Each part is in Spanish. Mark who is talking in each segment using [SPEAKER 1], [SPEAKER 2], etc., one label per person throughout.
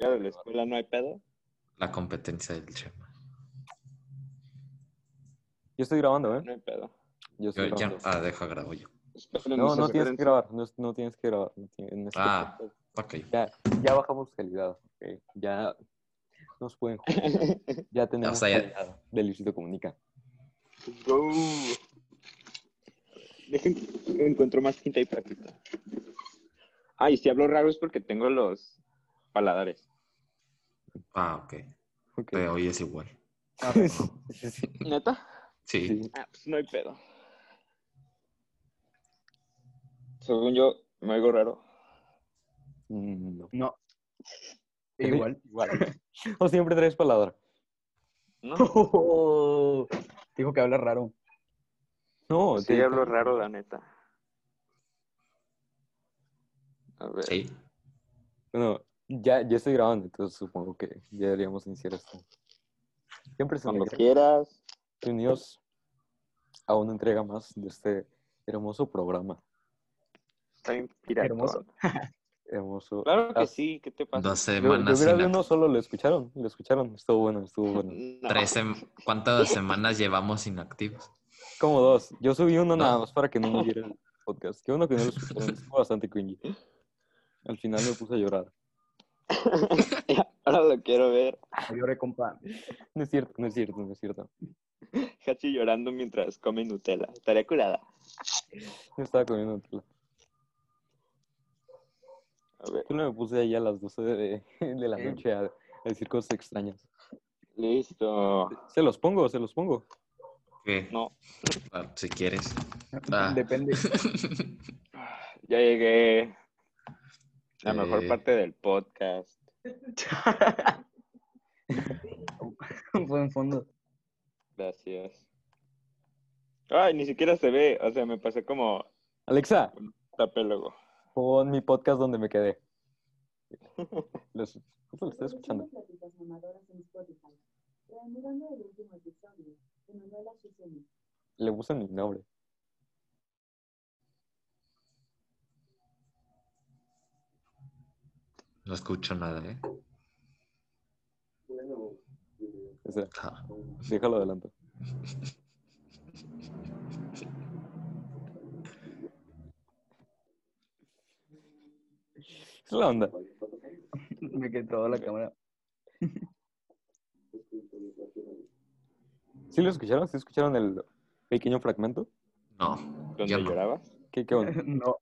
[SPEAKER 1] Ya de la escuela no hay pedo.
[SPEAKER 2] La competencia del Chema.
[SPEAKER 3] Yo estoy grabando, ¿eh?
[SPEAKER 1] No hay pedo.
[SPEAKER 2] Yo
[SPEAKER 3] Yo estoy
[SPEAKER 2] ya-
[SPEAKER 3] grabando.
[SPEAKER 2] ah, deja grabo yo.
[SPEAKER 1] Espero
[SPEAKER 3] No, no
[SPEAKER 1] seas
[SPEAKER 3] tienes que
[SPEAKER 1] referente.
[SPEAKER 3] grabar. No, no tienes que grabar. no tienes- en este
[SPEAKER 2] Ah.
[SPEAKER 3] podcast
[SPEAKER 2] Ok.
[SPEAKER 3] ya, ya bajamos calidad. ok, Ya nos pueden jugar. Ya tenemos
[SPEAKER 2] O sea, ya-
[SPEAKER 3] calidad de Luisito Comunica.
[SPEAKER 1] Go. Dejen que encuentro más quinta y patita. Ah, y si hablo raro es porque tengo los paladares.
[SPEAKER 2] Ah, ok.
[SPEAKER 3] Ok.
[SPEAKER 2] Te oyes igual.
[SPEAKER 3] Sí, sí,
[SPEAKER 1] ¿Neta?
[SPEAKER 2] Sí.
[SPEAKER 3] sí.
[SPEAKER 1] Ah, pues no hay pedo. Según yo, me oigo raro.
[SPEAKER 3] Mm, no.
[SPEAKER 4] No.
[SPEAKER 3] ¿Qué?
[SPEAKER 4] Igual, igual.
[SPEAKER 3] O siempre traes palabra.
[SPEAKER 1] ¿No?
[SPEAKER 4] Dijo que habla raro.
[SPEAKER 3] No,
[SPEAKER 1] Sí,
[SPEAKER 3] te-
[SPEAKER 1] hablo raro, la neta. A ver.
[SPEAKER 2] Sí.
[SPEAKER 3] Bueno, ya, ya estoy grabando, entonces supongo que ya deberíamos iniciar esto. Siempre se me
[SPEAKER 1] Cuando
[SPEAKER 3] graba.
[SPEAKER 1] quieras.
[SPEAKER 3] Bienvenidos a una entrega más de este hermoso programa.
[SPEAKER 1] Está bien piratón.
[SPEAKER 4] Hermoso.
[SPEAKER 3] Hermoso.
[SPEAKER 1] Claro que
[SPEAKER 3] Ah,
[SPEAKER 1] sí, ¿qué te pasa?
[SPEAKER 2] Dos
[SPEAKER 3] Yo, yo
[SPEAKER 2] semanas. sin
[SPEAKER 3] grabé
[SPEAKER 2] la-
[SPEAKER 3] uno solo, lo escucharon, lo escucharon, estuvo bueno, estuvo bueno.
[SPEAKER 1] No.
[SPEAKER 2] Tres sem- ¿Cuántas semanas llevamos inactivos?
[SPEAKER 3] Como dos, yo subí uno nada
[SPEAKER 2] Dos.
[SPEAKER 3] más para que no me diera el podcast. Qué bueno que no lo escucharon, estuvo bastante cringy. Al final me puse a llorar.
[SPEAKER 1] Ahora lo quiero ver.
[SPEAKER 4] No llore, compa.
[SPEAKER 3] No es cierto, no es cierto, no es cierto.
[SPEAKER 1] Hachi llorando mientras come Nutella. Estaría curada.
[SPEAKER 3] Yo estaba comiendo Nutella.
[SPEAKER 1] A ver,
[SPEAKER 3] Yo me puse ahí a las 12 de, de la
[SPEAKER 4] Eh.
[SPEAKER 3] noche a, a decir cosas extrañas.
[SPEAKER 1] listo.
[SPEAKER 3] Se los pongo, se los pongo.
[SPEAKER 2] ¿Qué?
[SPEAKER 1] No,
[SPEAKER 2] Ah, Si quieres. Ah.
[SPEAKER 4] Depende.
[SPEAKER 1] ya llegué. La
[SPEAKER 2] Sí.
[SPEAKER 1] mejor parte del podcast.
[SPEAKER 4] Un buen fondo.
[SPEAKER 1] Gracias. Ay, ni siquiera se ve. O sea, me pasé como
[SPEAKER 3] Alexa,
[SPEAKER 1] tapélogo.
[SPEAKER 3] pon mi podcast donde me quedé. Los- justo lo estoy escuchando.
[SPEAKER 5] Pláticas mamadoras en Spotify. Reanudando el último episodio de Manuela Suseni.
[SPEAKER 3] Le gustan mi nombre.
[SPEAKER 2] No escucho nada, ¿eh?
[SPEAKER 3] Espera,
[SPEAKER 2] Ah.
[SPEAKER 3] déjalo adelante. Es la onda.
[SPEAKER 4] Me quedé trabada la cámara.
[SPEAKER 3] ¿Sí lo escucharon? ¿Sí escucharon el pequeño fragmento?
[SPEAKER 2] No.
[SPEAKER 1] ¿Dónde
[SPEAKER 2] Yo no.
[SPEAKER 1] llorabas?
[SPEAKER 3] Qué, qué bueno.
[SPEAKER 4] No.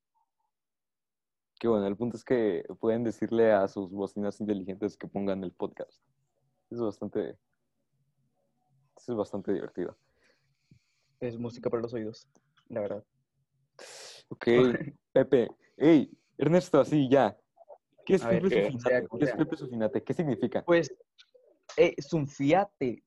[SPEAKER 3] Qué bueno. El punto es que pueden decirle a sus bocinas inteligentes que pongan el podcast. Es bastante. Es bastante divertido.
[SPEAKER 4] Es música para los oídos. La verdad.
[SPEAKER 3] Ok, Pepe. Ey, Ernesto, así ya. ¿Qué es
[SPEAKER 4] A ver,
[SPEAKER 3] Pepe
[SPEAKER 1] ¿qué?
[SPEAKER 3] Sufinate?
[SPEAKER 4] O sea,
[SPEAKER 3] ¿Qué es Pepe Sufinate? ¿Qué significa?
[SPEAKER 4] Pues, eh, Sunfiate.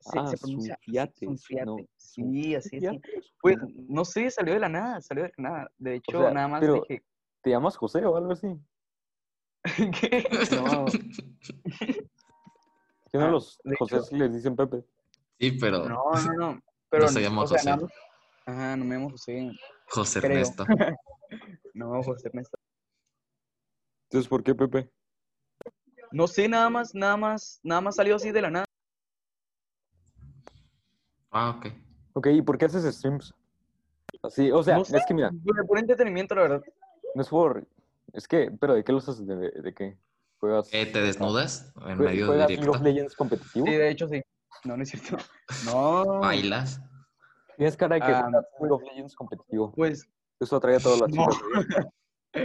[SPEAKER 4] Se,
[SPEAKER 3] Ah,
[SPEAKER 4] se pronuncia
[SPEAKER 3] Sunfiate,
[SPEAKER 4] Sunfiate.
[SPEAKER 3] no,
[SPEAKER 4] sí, así es.
[SPEAKER 3] ¿Ya?
[SPEAKER 4] sí. Pues, no sé, salió de la nada, salió de la nada. De hecho,
[SPEAKER 3] sea,
[SPEAKER 4] nada más
[SPEAKER 3] pero-
[SPEAKER 4] dije,
[SPEAKER 3] ¿Te llamas José o algo así?
[SPEAKER 4] ¿qué? No,
[SPEAKER 3] Que no
[SPEAKER 4] Ah,
[SPEAKER 3] los
[SPEAKER 4] de
[SPEAKER 3] José
[SPEAKER 4] hecho-
[SPEAKER 3] sí les dicen Pepe.
[SPEAKER 2] Sí, pero
[SPEAKER 4] no, no, no. Pero,
[SPEAKER 2] se llama
[SPEAKER 4] o sea,
[SPEAKER 2] José.
[SPEAKER 4] nada más- Ajá, no me llamo José.
[SPEAKER 2] José
[SPEAKER 4] creo.
[SPEAKER 2] Ernesto.
[SPEAKER 4] No, José Ernesto.
[SPEAKER 3] Entonces, ¿por qué Pepe?
[SPEAKER 4] No sé, nada más, nada más, nada más salió así de la nada.
[SPEAKER 2] Ah, ok.
[SPEAKER 3] Ok, ¿y por qué haces streams? Así, o sea,
[SPEAKER 4] No sé.
[SPEAKER 3] es que mira,
[SPEAKER 4] Me pone entretenimiento, la verdad.
[SPEAKER 3] no es por... Es que, ¿pero de qué lo haces? ¿De, de qué? ¿Juegas,
[SPEAKER 2] Eh, ¿Te desnudas en
[SPEAKER 3] jue-
[SPEAKER 2] medio de
[SPEAKER 3] juegas League of
[SPEAKER 2] directo?
[SPEAKER 3] Legends competitivo?
[SPEAKER 4] Sí, de hecho, sí. No, no es cierto. No,
[SPEAKER 2] ¿Bailas?
[SPEAKER 3] Tienes cara de que
[SPEAKER 4] Ah,
[SPEAKER 3] juegas League of Legends competitivo.
[SPEAKER 4] pues,
[SPEAKER 3] Eso atrae a todas las
[SPEAKER 4] No.
[SPEAKER 3] chicas. ¿eh?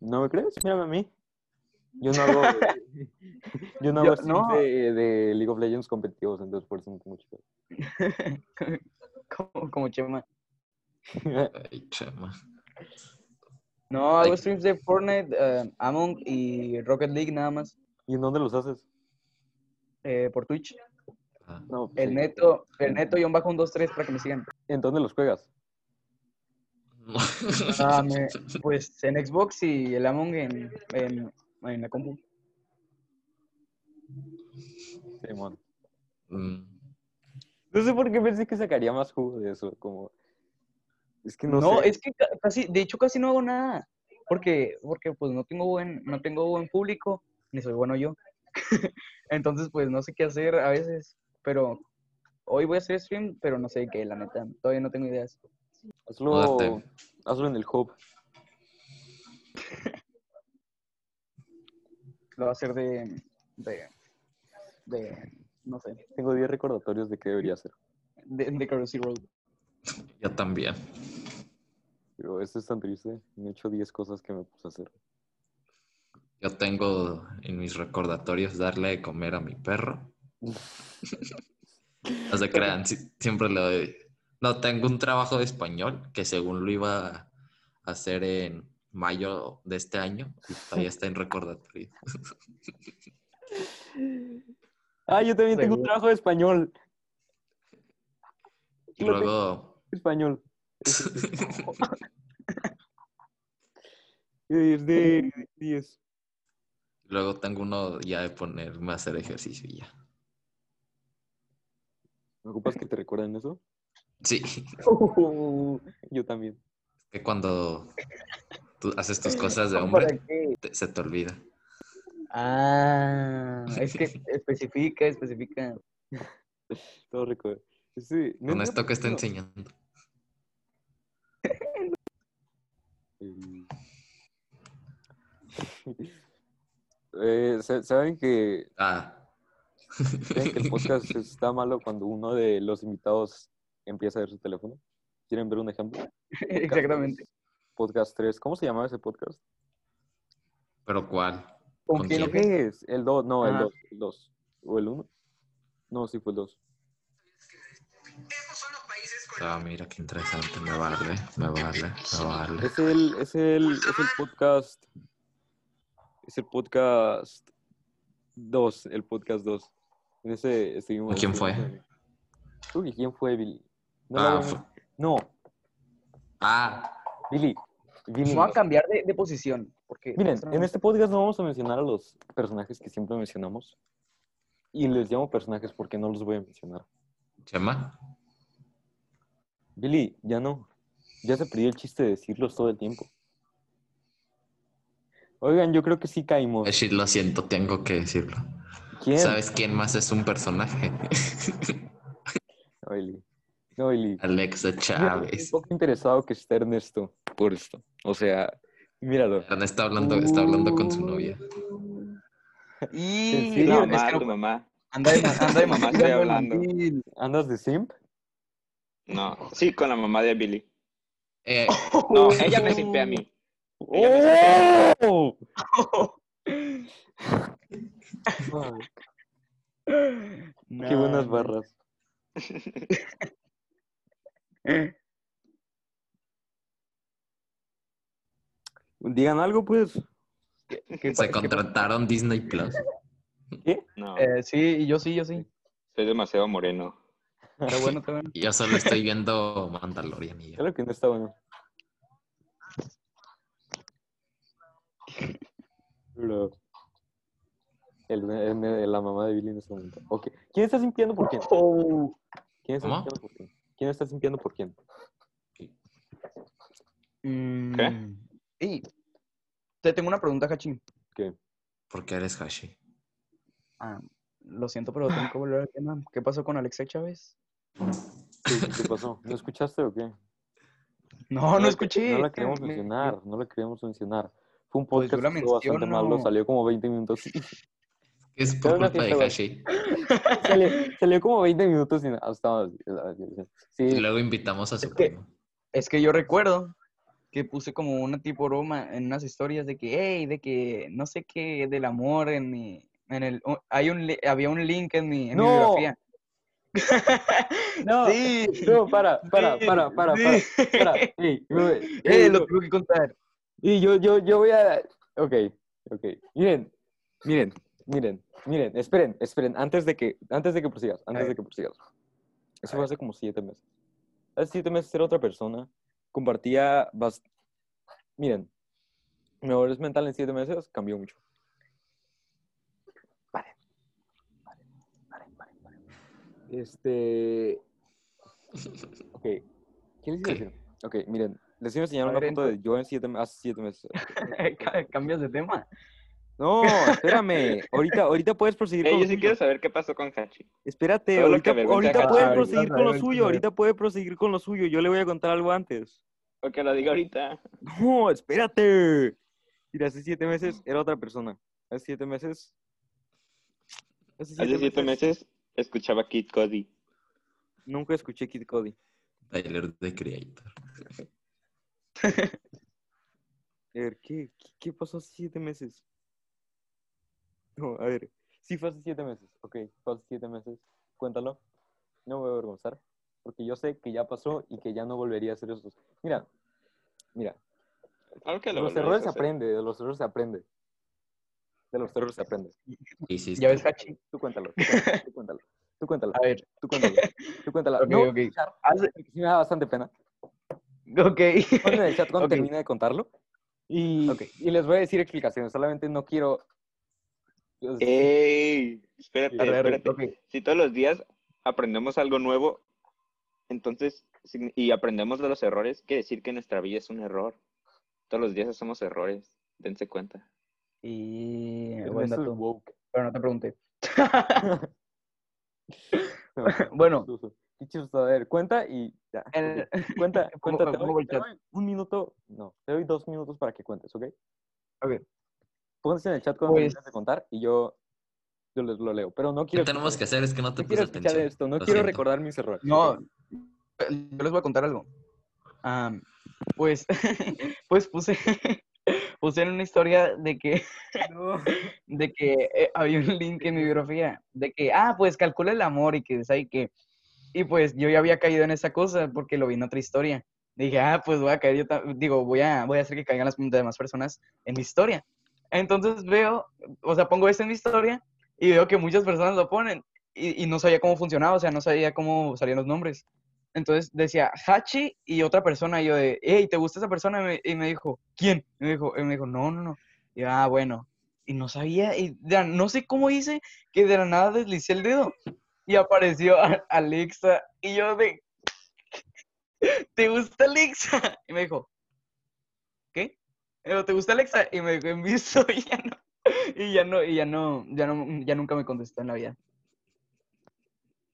[SPEAKER 3] ¿No me crees? Mírame a mí. Yo no hago, yo no hago
[SPEAKER 4] Yo-
[SPEAKER 3] streams
[SPEAKER 4] no.
[SPEAKER 3] De, de League of Legends competitivos, entonces por eso no tengo chicas.
[SPEAKER 4] como, como Chema.
[SPEAKER 2] Ay, chema.
[SPEAKER 4] No, hago
[SPEAKER 2] Ay.
[SPEAKER 4] streams de Fortnite, eh, Among y Rocket League, nada más.
[SPEAKER 3] ¿Y en dónde los haces?
[SPEAKER 4] eh, por Twitch.
[SPEAKER 2] Ah,
[SPEAKER 3] No, pues,
[SPEAKER 4] El
[SPEAKER 3] sí.
[SPEAKER 4] neto, el neto y un bajo un 2, 3 para que me sigan.
[SPEAKER 3] ¿En dónde los juegas?
[SPEAKER 2] no.
[SPEAKER 4] Ah, me- pues en Xbox y el Among en, en, en la compu.
[SPEAKER 3] Simón.
[SPEAKER 2] Mm.
[SPEAKER 3] No sé por qué pensé que sacaría más jugo de eso, como... Es que no,
[SPEAKER 4] No,
[SPEAKER 3] sé.
[SPEAKER 4] es que ca- casi, de hecho casi no hago nada. Porque, porque pues no tengo buen, no tengo buen público ni soy bueno yo. Entonces, pues no sé qué hacer a veces, pero hoy voy a hacer stream, pero no sé qué, la neta. Todavía no tengo ideas.
[SPEAKER 3] Hazlo,
[SPEAKER 2] Date.
[SPEAKER 3] hazlo en el hub.
[SPEAKER 4] Lo voy a hacer de, de, de, no sé,
[SPEAKER 3] Tengo 10 recordatorios de qué debería hacer.
[SPEAKER 4] de, de Courtesy Road.
[SPEAKER 2] Yo también.
[SPEAKER 3] Pero esto es tan triste. Me he hecho 10 cosas que me puse a hacer.
[SPEAKER 2] Yo tengo en mis recordatorios darle de comer a mi perro. no se crean, si- siempre le doy. No, tengo un trabajo de español que según lo iba a hacer en mayo de este año, y todavía está en recordatorio.
[SPEAKER 3] Ah, yo también tengo un
[SPEAKER 4] Seguro.
[SPEAKER 3] trabajo de español.
[SPEAKER 2] Y
[SPEAKER 3] Lo tengo
[SPEAKER 2] luego,
[SPEAKER 3] de español. Es de 10.
[SPEAKER 2] luego tengo uno ya de ponerme a hacer ejercicio y ya.
[SPEAKER 3] ¿Me ocupas que te recuerden eso?
[SPEAKER 2] Sí,
[SPEAKER 3] Yo también.
[SPEAKER 2] que cuando tú haces tus cosas de
[SPEAKER 4] ¿Para
[SPEAKER 2] hombre,
[SPEAKER 4] qué?
[SPEAKER 2] te- se te olvida.
[SPEAKER 4] Ah, es que especifica, especifica.
[SPEAKER 3] Todo recuerdo. Sí, no
[SPEAKER 2] Con
[SPEAKER 3] entiendo
[SPEAKER 2] esto que está
[SPEAKER 3] por qué
[SPEAKER 2] enseñando.
[SPEAKER 3] no. Eh, sa- ¿Saben que,
[SPEAKER 2] Ah,
[SPEAKER 3] saben que el podcast está malo cuando uno de los invitados empieza a ver su teléfono? ¿Quieren ver un ejemplo? Podcast
[SPEAKER 4] Exactamente.
[SPEAKER 3] tres, Podcast 3. ¿Cómo se llamaba ese podcast?
[SPEAKER 2] pero ¿cuál?
[SPEAKER 4] ¿Con
[SPEAKER 2] ¿Con quién?
[SPEAKER 3] ¿Lo
[SPEAKER 4] quién?
[SPEAKER 3] que es? El 2, no, el
[SPEAKER 4] Ajá.
[SPEAKER 3] 2, el 2. ¿O el 1? No, sí fue el 2.
[SPEAKER 2] Ah, mira qué interesante, me vale, me vale, me vale.
[SPEAKER 3] Es el, es el, es el podcast. Es el podcast 2, el podcast 2. En ese estuvimos.
[SPEAKER 2] ¿Y quién fue?
[SPEAKER 3] Uy, ¿quién fue, Billy? No,
[SPEAKER 2] Ah,
[SPEAKER 3] la voy a-
[SPEAKER 2] fue-
[SPEAKER 3] no,
[SPEAKER 2] ah,
[SPEAKER 3] Billy. Billy.
[SPEAKER 4] Me voy a cambiar de, de posición. Porque
[SPEAKER 3] Miren,
[SPEAKER 4] otra
[SPEAKER 3] en
[SPEAKER 4] no-
[SPEAKER 3] este podcast no vamos a mencionar a los personajes que siempre mencionamos. Y les llamo personajes porque no los voy a mencionar.
[SPEAKER 2] Chema.
[SPEAKER 3] Billy, ya no. Ya se perdió el chiste de decirlos todo el tiempo. Oigan, yo creo que sí caímos.
[SPEAKER 2] Eh, shit, lo siento, tengo que decirlo.
[SPEAKER 3] ¿Quién?
[SPEAKER 2] ¿Sabes quién más es un personaje?
[SPEAKER 3] No, Billy. No, Billy.
[SPEAKER 2] Alexa
[SPEAKER 3] Estoy un
[SPEAKER 2] Chávez.
[SPEAKER 3] poco interesado que esté Ernesto por esto. O sea, míralo.
[SPEAKER 2] Está hablando, está hablando con su novia.
[SPEAKER 4] Y...
[SPEAKER 3] ¿En
[SPEAKER 1] Tu
[SPEAKER 3] serio?
[SPEAKER 4] No, es
[SPEAKER 1] mamá,
[SPEAKER 4] que
[SPEAKER 1] tu
[SPEAKER 4] no-
[SPEAKER 1] mamá.
[SPEAKER 4] Anda de, ma- anda de
[SPEAKER 1] Mamá,
[SPEAKER 4] mamá.
[SPEAKER 1] estoy hablando.
[SPEAKER 3] ¿Andas de simp?
[SPEAKER 1] No, sí, con la mamá de Billy.
[SPEAKER 2] Eh,
[SPEAKER 4] Uh.
[SPEAKER 1] No, ella me simpea a mí. Ella me
[SPEAKER 3] ¡Oh! Ah,
[SPEAKER 4] No,
[SPEAKER 3] Qué buenas
[SPEAKER 4] no.
[SPEAKER 3] barras. Digan algo, pues.
[SPEAKER 2] se contrataron Disney Plus.
[SPEAKER 1] No,
[SPEAKER 4] Eh, sí, yo sí, yo sí.
[SPEAKER 1] soy demasiado moreno.
[SPEAKER 4] Está bueno, está bueno.
[SPEAKER 2] Yo solo estoy viendo Mandalorian y ya.
[SPEAKER 3] Claro que no está bueno. Bro. El, el- el- la mamá de Billy en este momento. Ok. ¿Quién está sintiendo por quién?
[SPEAKER 4] Oh.
[SPEAKER 3] ¿Quién está
[SPEAKER 2] ¿Cómo?
[SPEAKER 3] sintiendo por quién? ¿Quién está sintiendo por quién?
[SPEAKER 4] Mm, ey, te tengo una pregunta, Hachi.
[SPEAKER 2] Porque eres Hashi.
[SPEAKER 4] Ah, lo siento, pero tengo que volver al tema. ¿Qué pasó con Alexa Chávez?
[SPEAKER 3] ¿Qué, qué pasó? ¿No escuchaste o qué?
[SPEAKER 4] No, no
[SPEAKER 3] la-
[SPEAKER 4] escuché.
[SPEAKER 3] No la queríamos
[SPEAKER 4] Me-
[SPEAKER 3] mencionar, no la queríamos mencionar. Fue un
[SPEAKER 4] Pues
[SPEAKER 3] podcast
[SPEAKER 4] yo la
[SPEAKER 3] que estuvo bastante
[SPEAKER 4] menciono.
[SPEAKER 3] malo, salió como 20 minutos.
[SPEAKER 2] Es
[SPEAKER 3] Yo
[SPEAKER 2] por
[SPEAKER 3] no
[SPEAKER 2] culpa de
[SPEAKER 3] siento, güey.
[SPEAKER 2] Hashi.
[SPEAKER 3] salió, salió como 20 minutos y nada, estaba así,
[SPEAKER 2] Y
[SPEAKER 3] Sí,
[SPEAKER 2] luego invitamos a su
[SPEAKER 4] Es que-
[SPEAKER 2] primo.
[SPEAKER 4] Es que yo recuerdo que puse como una tipo broma en unas historias de que, hey, de que no sé qué, del amor en mi. En el, o- hay un, li- había un link en mi, en mi
[SPEAKER 3] ¡No!
[SPEAKER 4] biografía.
[SPEAKER 3] no,
[SPEAKER 4] sí,
[SPEAKER 3] no, para, para,
[SPEAKER 4] sí,
[SPEAKER 3] para, para, para,
[SPEAKER 4] sí.
[SPEAKER 3] para. Ey, no, ey,
[SPEAKER 4] Eh,
[SPEAKER 3] yo-
[SPEAKER 4] lo tengo que contar.
[SPEAKER 3] Y yo, yo, yo voy a. Ok, ok. Miren, miren, miren, miren, esperen, esperen, antes de que, antes de que prosigas, antes
[SPEAKER 4] ver.
[SPEAKER 3] de que prosigas. Eso fue hace como siete meses. Hace siete meses era otra persona. Compartía bas- Miren, mi valores mental en siete meses cambió mucho. Paren. Paren, paren, paren, paren. Este. Ok. ¿Qué les iba
[SPEAKER 2] ¿Qué?
[SPEAKER 3] a decir? Ok, miren, les iba a enseñar
[SPEAKER 4] A
[SPEAKER 3] una
[SPEAKER 4] ver,
[SPEAKER 3] foto de yo en siete, hace siete meses.
[SPEAKER 4] Ca- Cambias de tema.
[SPEAKER 3] No, espérame. Ahorita, ahorita puedes proseguir
[SPEAKER 1] Eh,
[SPEAKER 3] con
[SPEAKER 1] yo
[SPEAKER 3] lo
[SPEAKER 1] sí
[SPEAKER 3] suyo.
[SPEAKER 1] quiero saber qué pasó con Hachi.
[SPEAKER 3] Espérate,
[SPEAKER 1] todo lo
[SPEAKER 3] ahorita,
[SPEAKER 1] que avergüenza
[SPEAKER 3] ahorita
[SPEAKER 1] Hachi.
[SPEAKER 3] puede
[SPEAKER 1] Ah,
[SPEAKER 4] ahorita
[SPEAKER 3] proseguir con lo
[SPEAKER 4] sabemos
[SPEAKER 3] suyo,
[SPEAKER 4] quién
[SPEAKER 3] ahorita puede proseguir con lo suyo. Yo le voy a contar algo antes.
[SPEAKER 1] O que lo diga ahorita.
[SPEAKER 3] No, espérate. Mira, hace siete meses
[SPEAKER 1] Mm.
[SPEAKER 3] era otra persona. Hace siete meses. Hace
[SPEAKER 1] Hace siete meses escuchaba Kid Cody.
[SPEAKER 3] Nunca escuché Kid Cody.
[SPEAKER 2] Tyler de Creator.
[SPEAKER 3] A ver, ¿qué, qué, qué pasó hace siete meses? No, a ver. Sí, fue hace siete meses. Ok, fue hace siete meses. Cuéntalo. No me voy a avergonzar. Porque yo sé que ya pasó y que ya no volvería a hacer eso. Mira, mira.
[SPEAKER 1] Claro que
[SPEAKER 3] De
[SPEAKER 1] lo
[SPEAKER 3] los
[SPEAKER 1] volverías
[SPEAKER 3] errores se
[SPEAKER 1] a hacer.
[SPEAKER 3] aprende. De los errores se aprende. De los errores se aprende.
[SPEAKER 2] Hiciste.
[SPEAKER 4] Ya ves, Hachi.
[SPEAKER 3] Tú cuéntalo. Tú cuéntalo. Tú cuéntalo. Tú cuéntalo.
[SPEAKER 4] A ver,
[SPEAKER 3] Tú cuéntalo. Tú cuéntala.
[SPEAKER 4] Ok,
[SPEAKER 3] no,
[SPEAKER 4] ok.
[SPEAKER 3] Char,
[SPEAKER 4] hace.
[SPEAKER 3] porque sí me da bastante pena.
[SPEAKER 4] Ok.
[SPEAKER 3] Ponlo en el chat cuando
[SPEAKER 4] Ok.
[SPEAKER 3] termine de contarlo. Y,
[SPEAKER 4] Ok.
[SPEAKER 3] y les voy a decir explicaciones. Solamente no quiero. Pues, Eh,
[SPEAKER 1] ¡Ey! Espérate,
[SPEAKER 4] Arre, arre,
[SPEAKER 1] espérate.
[SPEAKER 4] ok.
[SPEAKER 1] Si todos los días aprendemos algo nuevo, entonces, signi- y aprendemos de los errores, quiere decir que nuestra vida es un error. Todos los días hacemos errores. Dense cuenta.
[SPEAKER 4] Y
[SPEAKER 3] Ernesto eh,
[SPEAKER 4] buen
[SPEAKER 3] es
[SPEAKER 4] dato,
[SPEAKER 3] woke.
[SPEAKER 4] pero no te pregunté.
[SPEAKER 3] No, qué
[SPEAKER 4] Bueno.
[SPEAKER 3] chistoso. Qué chistoso. A ver, cuenta y ya.
[SPEAKER 4] El-
[SPEAKER 3] ok. Cuenta,
[SPEAKER 4] Pongo-
[SPEAKER 3] cuenta. Te
[SPEAKER 4] pongo
[SPEAKER 3] doy,
[SPEAKER 4] el
[SPEAKER 3] te
[SPEAKER 4] chat.
[SPEAKER 3] doy un minuto. No, te doy dos minutos para que cuentes, ¿ok?
[SPEAKER 4] Ok.
[SPEAKER 3] Pónganse en el chat cuando
[SPEAKER 4] Pues-
[SPEAKER 3] termines de contar y yo, yo les lo leo. Pero no
[SPEAKER 2] ¿Qué
[SPEAKER 3] quiero.
[SPEAKER 2] tenemos que
[SPEAKER 3] escuchar-
[SPEAKER 2] hacer? Es que no te
[SPEAKER 3] No
[SPEAKER 2] puse
[SPEAKER 3] quiero escuchar
[SPEAKER 2] atención.
[SPEAKER 3] esto. No
[SPEAKER 2] Lo
[SPEAKER 3] quiero
[SPEAKER 2] siento.
[SPEAKER 3] recordar mis errores.
[SPEAKER 4] No,
[SPEAKER 3] ¿ok?
[SPEAKER 4] yo les voy a contar algo. Am, pues, pues puse, puse en una historia de que, de que eh, había un link en mi biografía, de que, ah, pues calcula el amor y que, ¿sabes qué? Y pues yo ya había caído en esa cosa porque lo vi en otra historia. Dije, ah, pues voy a caer yo tam- digo, voy a, voy a hacer que caigan las demás personas en mi historia. Entonces veo, o sea, pongo esto en mi historia y veo que muchas personas lo ponen y, y no sabía cómo funcionaba, o sea, no sabía cómo salían los nombres. Entonces decía Hachi y otra persona. Y yo de, hey, ¿te gusta esa persona? Y me, y me dijo, ¿quién? Y me dijo, y me dijo, no, no, no. Y yo, ah, bueno. Y no sabía, y de la- no sé cómo hice que de la nada deslicé el dedo. Y apareció a- Alexa. Y yo de, ¿te gusta Alexa? Y me dijo, ¿qué? Y yo, ¿Te gusta Alexa? Y me dijo, en mi y ya no. Y ya no, y ya no, ya no, ya nunca me contestó en la vida.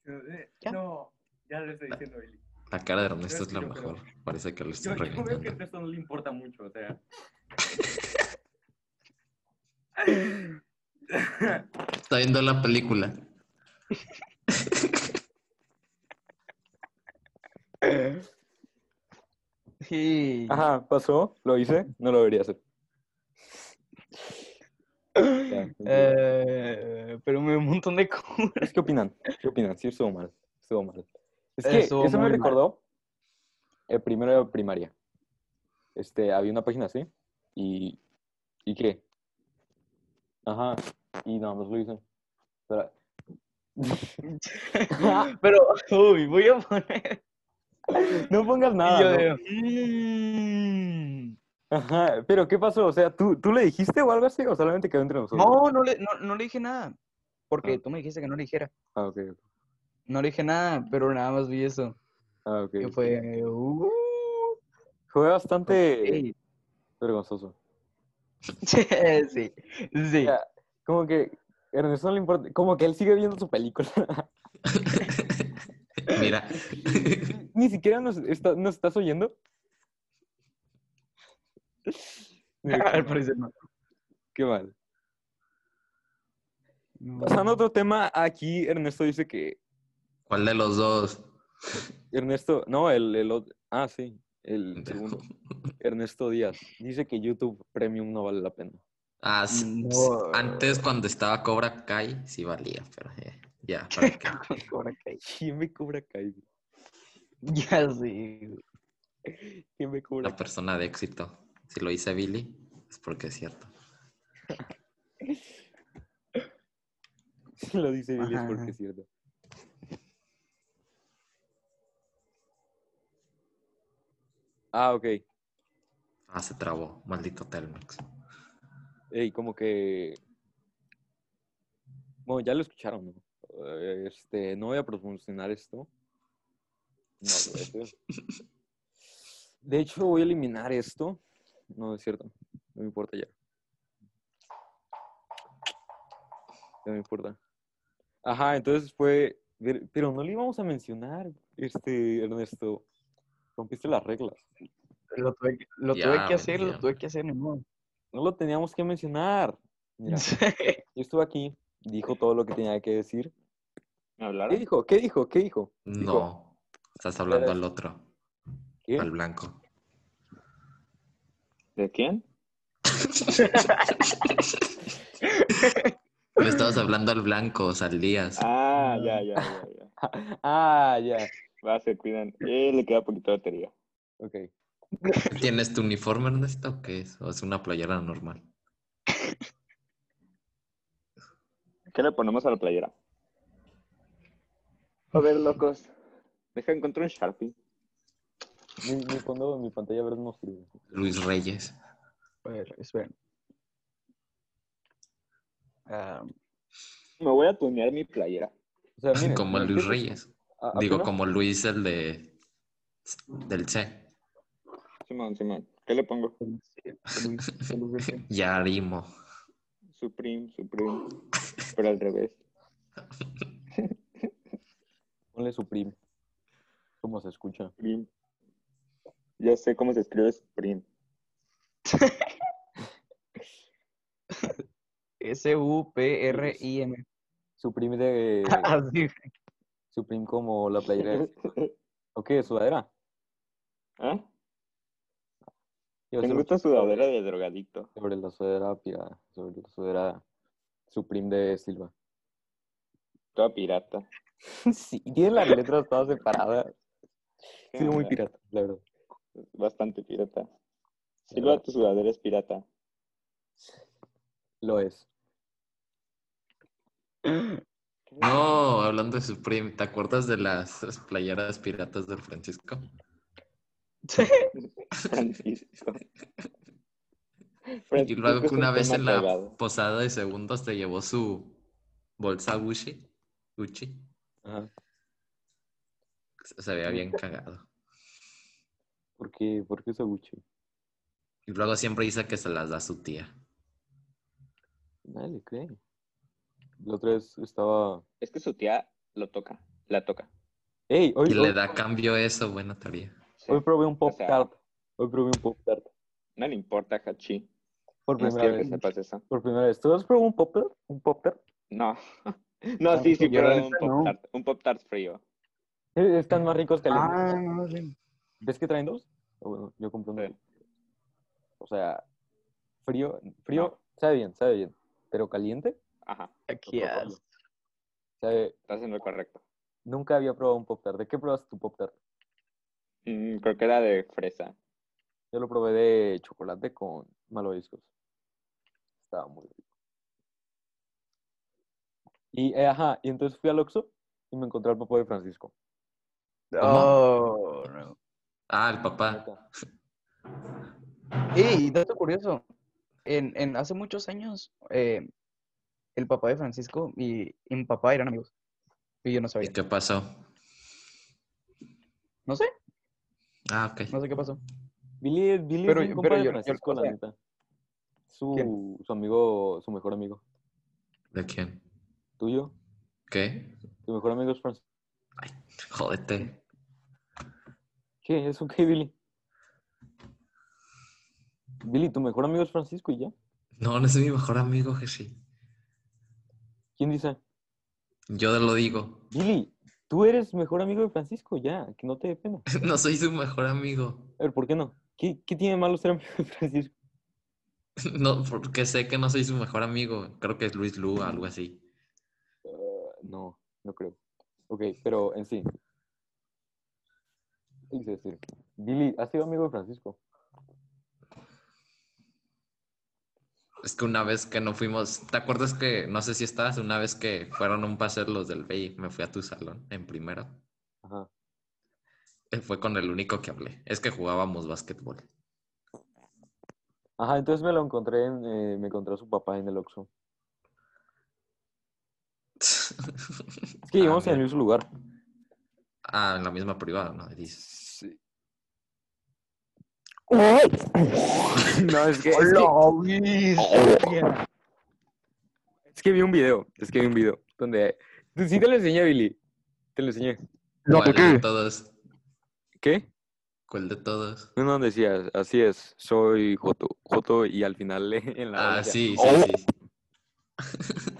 [SPEAKER 4] ¿Ya?
[SPEAKER 6] Eh, No, ya le estoy diciendo, Billy.
[SPEAKER 2] La cara de Ernesto es la
[SPEAKER 6] Respiro, pero-
[SPEAKER 2] mejor. Parece que lo
[SPEAKER 6] Yo,
[SPEAKER 2] están
[SPEAKER 6] yo veo que a
[SPEAKER 2] regañando.
[SPEAKER 6] esto no le importa mucho, o sea.
[SPEAKER 2] Está viendo la película.
[SPEAKER 4] Sí.
[SPEAKER 3] Ajá, pasó. Lo hice. No lo debería hacer. Ya, entiendo.
[SPEAKER 4] Eh, pero me dio un montón de cura.
[SPEAKER 3] ¿Ustedes ¿Qué opinan? ¿Qué opinan? Sí, estuvo mal. Estuvo mal. Es
[SPEAKER 4] Eh,
[SPEAKER 3] que
[SPEAKER 4] estuvo
[SPEAKER 3] eso me
[SPEAKER 4] muy mal.
[SPEAKER 3] recordó el primero de primaria. Este, había una página así y... ¿Y qué? Ajá. Y nada más lo hice. Pero-
[SPEAKER 4] Pero, uy, voy a poner.
[SPEAKER 3] no pongas
[SPEAKER 4] y
[SPEAKER 3] nada.
[SPEAKER 4] yo
[SPEAKER 3] Ah, ¿no?
[SPEAKER 4] digo, "Mm".
[SPEAKER 3] Ajá. Pero ¿qué pasó? O sea, ¿tú, ¿tú le dijiste o algo así o solamente quedó entre nosotros?
[SPEAKER 4] No, no le, no, no le dije nada. Porque
[SPEAKER 3] Ah.
[SPEAKER 4] tú me dijiste que no le dijera.
[SPEAKER 3] Ah, ok. ok.
[SPEAKER 4] No le dije nada, pero nada más vi eso.
[SPEAKER 3] Ah, ok.
[SPEAKER 4] Y fue. "Uh".
[SPEAKER 3] Fue bastante
[SPEAKER 4] Sí,
[SPEAKER 3] vergonzoso.
[SPEAKER 4] sí. sí.
[SPEAKER 3] Ya, como que Ernesto no le importa, como que él sigue viendo su película.
[SPEAKER 2] Mira.
[SPEAKER 3] Ni siquiera nos, está- nos estás oyendo. Mira,
[SPEAKER 4] Al parecer no.
[SPEAKER 3] Qué mal.
[SPEAKER 4] No.
[SPEAKER 3] Pasando a otro tema, aquí Ernesto dice que
[SPEAKER 2] ¿Cuál de los dos?
[SPEAKER 3] Ernesto, no, el, el otro, ah, sí, el segundo, Ernesto Díaz, dice que YouTube Premium no vale la pena.
[SPEAKER 2] Ah, s-
[SPEAKER 4] No.
[SPEAKER 2] Antes cuando estaba Cobra Kai, sí valía, pero eh, ya. ¿para qué?
[SPEAKER 4] Cobra Kai.
[SPEAKER 3] ¿Quién me cobra Kai?
[SPEAKER 4] Ya sí.
[SPEAKER 3] ¿Quién me cobra
[SPEAKER 2] Una
[SPEAKER 3] Kai?
[SPEAKER 2] persona de éxito. Si lo dice Billy, es porque es cierto.
[SPEAKER 3] Lo dice Billy, es
[SPEAKER 4] Ajá,
[SPEAKER 3] porque
[SPEAKER 4] ajá.
[SPEAKER 3] es cierto. Ah, ok.
[SPEAKER 2] Ah, se trabó. Maldito Telmex.
[SPEAKER 3] Ey, como que. Bueno, ya lo escucharon, ¿no? Eh, Este, no voy a promocionar esto. No lo voy a hacer. De hecho, voy a eliminar esto. No, es cierto. No me importa ya. no me importa. Ajá, entonces fue. ver- Pero no le íbamos a mencionar, este, Ernesto. Rompiste las reglas.
[SPEAKER 4] Lo tuve, que- lo
[SPEAKER 2] Ya,
[SPEAKER 4] tuve que hacer, lo
[SPEAKER 2] entiendo.
[SPEAKER 4] tuve que hacer, ni modo.
[SPEAKER 3] No lo teníamos que mencionar. Mira, yo estuve aquí, dijo todo lo que tenía que decir.
[SPEAKER 1] ¿Me
[SPEAKER 3] ¿Qué
[SPEAKER 1] hablaron?
[SPEAKER 3] dijo? ¿Qué dijo? ¿Qué dijo?
[SPEAKER 2] No, estás hablando
[SPEAKER 3] Pero-
[SPEAKER 2] al otro,
[SPEAKER 3] ¿Qué?
[SPEAKER 2] al blanco.
[SPEAKER 1] ¿De quién?
[SPEAKER 2] Le estabas hablando al blanco, o sea, al Díaz.
[SPEAKER 1] Ah, ya, ya, ya, ya.
[SPEAKER 3] Ah, ya.
[SPEAKER 1] Va, se cuidan. Eh, le queda poquito de batería.
[SPEAKER 3] Ok.
[SPEAKER 2] ¿Tienes tu uniforme, Ernesto, o qué es? ¿O es una playera normal?
[SPEAKER 1] ¿Qué le ponemos a la playera? A ver, locos. Deja encontrar un Sharpie.
[SPEAKER 3] Mi, mi fondo, mi pantalla verde no sirve.
[SPEAKER 2] Luis Reyes.
[SPEAKER 4] A ver, esperen. Ah,
[SPEAKER 1] Me voy a tunear mi playera.
[SPEAKER 3] O sea, Ah, miren,
[SPEAKER 2] Como
[SPEAKER 3] miren,
[SPEAKER 2] Luis
[SPEAKER 3] ¿qué- Ah,
[SPEAKER 2] Reyes.
[SPEAKER 3] a-
[SPEAKER 2] Digo,
[SPEAKER 3] apenas-
[SPEAKER 2] como Luis el de... Del C.
[SPEAKER 1] Simón, Simón. ¿Qué le pongo?
[SPEAKER 4] Luis, Luis, Luis.
[SPEAKER 2] Yarimo.
[SPEAKER 1] Supreme, Supreme. Pero al revés.
[SPEAKER 3] Ponle Supreme. ¿Cómo se escucha?
[SPEAKER 1] Supreme. Ya sé cómo se escribe Supreme.
[SPEAKER 4] S-U-P-R-I-M.
[SPEAKER 3] Supreme de.
[SPEAKER 4] Así.
[SPEAKER 3] Supreme como la playera. de- Ok, sudadera.
[SPEAKER 1] ¿Ah?
[SPEAKER 3] Yo
[SPEAKER 1] Tengo esta sudadera de drogadicto.
[SPEAKER 3] Sobre la sudadera pirada. Sobre la sudadera Supreme de Silva.
[SPEAKER 1] Toda pirata.
[SPEAKER 3] Sí, tiene las letras todas separadas.
[SPEAKER 1] Sí,
[SPEAKER 3] Sí, muy
[SPEAKER 1] hombre,
[SPEAKER 3] pirata, la verdad.
[SPEAKER 1] Bastante pirata. Silva, tu sudadera es pirata.
[SPEAKER 3] Lo es.
[SPEAKER 2] No, hablando de Supreme, ¿te acuerdas de las playeras piratas del Francisco?
[SPEAKER 1] Francisco. Pues,
[SPEAKER 2] Y luego
[SPEAKER 1] Francisco
[SPEAKER 2] que
[SPEAKER 1] es
[SPEAKER 2] una
[SPEAKER 1] un
[SPEAKER 2] vez
[SPEAKER 1] tema
[SPEAKER 2] en la
[SPEAKER 1] cagado.
[SPEAKER 2] posada de segundos te llevó su bolsa Gucci. Gucci.
[SPEAKER 3] Ajá.
[SPEAKER 2] Se veía bien cagado.
[SPEAKER 3] ¿Por qué? ¿Por qué usa Gucci?
[SPEAKER 2] Y luego siempre dice que se las da su tía.
[SPEAKER 3] Nadie le cree. La otra vez estaba.
[SPEAKER 1] Es que su tía lo toca, la toca.
[SPEAKER 3] ¡Ey! Hoy,
[SPEAKER 2] Y le
[SPEAKER 3] hoy-
[SPEAKER 2] da cambio eso, buena teoría.
[SPEAKER 1] Sí.
[SPEAKER 3] hoy probé un pop
[SPEAKER 1] sea-
[SPEAKER 3] tart. Hoy probé un pop tart.
[SPEAKER 1] No le importa, Hachi.
[SPEAKER 3] Por
[SPEAKER 1] No
[SPEAKER 3] primera
[SPEAKER 1] quiero que
[SPEAKER 3] vez.
[SPEAKER 1] sepas eso.
[SPEAKER 3] Por primera vez. ¿Tú has probado un pop tart? ¿Un pop tart?
[SPEAKER 1] No. No, sí, sí,
[SPEAKER 4] yo
[SPEAKER 1] pero
[SPEAKER 4] la
[SPEAKER 1] un
[SPEAKER 4] neta no.
[SPEAKER 1] pop tart, un pop tart frío.
[SPEAKER 3] Eh, Están más ricos que el
[SPEAKER 4] Ah, no, sí.
[SPEAKER 3] ¿Ves que traen dos? O bueno, yo compré uno.
[SPEAKER 1] Sí.
[SPEAKER 3] O sea, frío, frío, sabe bien, sabe bien. Pero caliente,
[SPEAKER 1] Ajá,
[SPEAKER 4] Aquí
[SPEAKER 3] Otro
[SPEAKER 4] as-
[SPEAKER 3] rollo. sabe.
[SPEAKER 1] estás en lo correcto.
[SPEAKER 3] Nunca había probado un pop tart. ¿De qué probaste tu pop tart?
[SPEAKER 1] Mm, creo que era de fresa.
[SPEAKER 3] Yo lo probé de chocolate con malvaviscos. Estaba muy rico. Y, eh, ajá, y entonces fui al Oxxo y me encontré al papá de Francisco.
[SPEAKER 4] Oh, no.
[SPEAKER 2] Ah, el papá.
[SPEAKER 3] Neta.
[SPEAKER 4] Ey, dato curioso. En, en hace muchos años, eh, el papá de Francisco y, y mi papá eran amigos. Y yo no
[SPEAKER 2] ¿Y
[SPEAKER 4] sabía.
[SPEAKER 2] qué pasó?
[SPEAKER 4] No sé,
[SPEAKER 2] Ah,
[SPEAKER 4] no
[SPEAKER 2] ok.
[SPEAKER 4] sé qué pasó.
[SPEAKER 3] Billy, es- Billy
[SPEAKER 4] Pero
[SPEAKER 3] es un
[SPEAKER 4] yo-
[SPEAKER 3] compa
[SPEAKER 4] pero
[SPEAKER 3] de
[SPEAKER 4] yo- yo-
[SPEAKER 3] Francisco,
[SPEAKER 4] o
[SPEAKER 3] la
[SPEAKER 4] sea,
[SPEAKER 3] neta. Su,
[SPEAKER 4] ¿quién?
[SPEAKER 3] su amigo, su mejor amigo.
[SPEAKER 2] ¿De quién?
[SPEAKER 3] ¿Tuyo?
[SPEAKER 2] ¿Qué?
[SPEAKER 3] Tu mejor amigo es Francisco.
[SPEAKER 2] Jódete.
[SPEAKER 3] ¿Qué? ¿Eso qué, Billy? Billy, tu mejor amigo es Francisco y ya.
[SPEAKER 2] No, no es mi mejor amigo, Jesús.
[SPEAKER 3] ¿Quién dice?
[SPEAKER 2] Yo te lo digo.
[SPEAKER 3] Billy, tú eres mejor amigo de Francisco, ya, que no te dé pena.
[SPEAKER 2] No soy su mejor amigo.
[SPEAKER 3] A ver, ¿por qué no? ¿Qué, qué tiene de malo ser amigo de Francisco?
[SPEAKER 2] No, porque sé que no soy su mejor amigo. Creo que es Luis Lu, algo así.
[SPEAKER 3] No, no creo. Ok, pero en sí. ¿Qué quise decir? Billy, ¿has sido amigo de Francisco?
[SPEAKER 2] Es que una vez que no fuimos, ¿te acuerdas que, no sé si estabas, una vez que fueron a un paseo los del BI, me fui a tu salón en primero?
[SPEAKER 3] Ajá.
[SPEAKER 2] Eh, Fue con el único que hablé. Es que jugábamos básquetbol.
[SPEAKER 3] Ajá, entonces me lo encontré, en, eh, me encontré a su papá en el Oxxo. Es que
[SPEAKER 2] Ah,
[SPEAKER 3] íbamos en el
[SPEAKER 2] mira.
[SPEAKER 3] mismo lugar.
[SPEAKER 2] Ah, en la misma privada, ¿no? Dices.
[SPEAKER 4] No, es que. ¡Hola, Luis!
[SPEAKER 3] Es que vi un video, es que vi un video donde... Sí te lo enseñé, Billy. Te lo enseñé.
[SPEAKER 2] ¿Cuál de todos?
[SPEAKER 3] ¿Qué?
[SPEAKER 2] ¿Cuál de todos?
[SPEAKER 3] No, no, decía, así es, soy Joto. Joto y al final en la...
[SPEAKER 2] Ah,
[SPEAKER 3] decía,
[SPEAKER 2] sí, sí,
[SPEAKER 3] "Oh".
[SPEAKER 2] sí.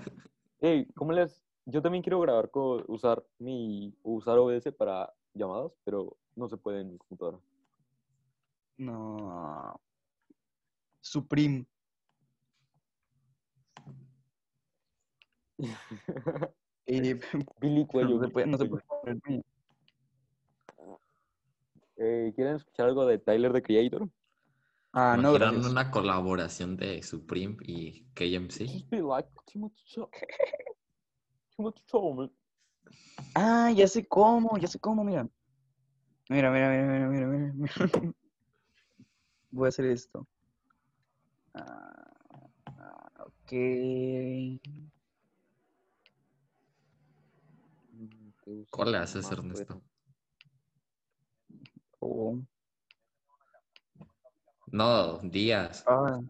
[SPEAKER 3] Ey, ¿cómo les...? Yo también quiero grabar con usar mi... Usar OBS para llamadas, pero no se puede en mi computadora.
[SPEAKER 4] No. Supreme. Eh,
[SPEAKER 3] Billy Cuello.
[SPEAKER 4] no se
[SPEAKER 3] Billy
[SPEAKER 4] puede, no se
[SPEAKER 3] Cuello.
[SPEAKER 4] puede poner Supreme.
[SPEAKER 3] Eh, ¿Quieren escuchar algo de Tyler, the Creator?
[SPEAKER 4] Ah, no,
[SPEAKER 2] Imaginaron
[SPEAKER 4] gracias.
[SPEAKER 2] una colaboración de Supreme y KMC.
[SPEAKER 3] Just be like Timothée Chalamet. Timothée Chalamet.
[SPEAKER 4] Ah, ya sé cómo, ya sé cómo, mira. Mira, mira, mira, mira, mira, mira, mira. Voy a hacer esto. Ah, ah, ok.
[SPEAKER 3] Mm,
[SPEAKER 2] ¿Cuál le haces,
[SPEAKER 4] pues.
[SPEAKER 2] Ernesto?
[SPEAKER 4] Oh.
[SPEAKER 2] No, Díaz.
[SPEAKER 4] Ah,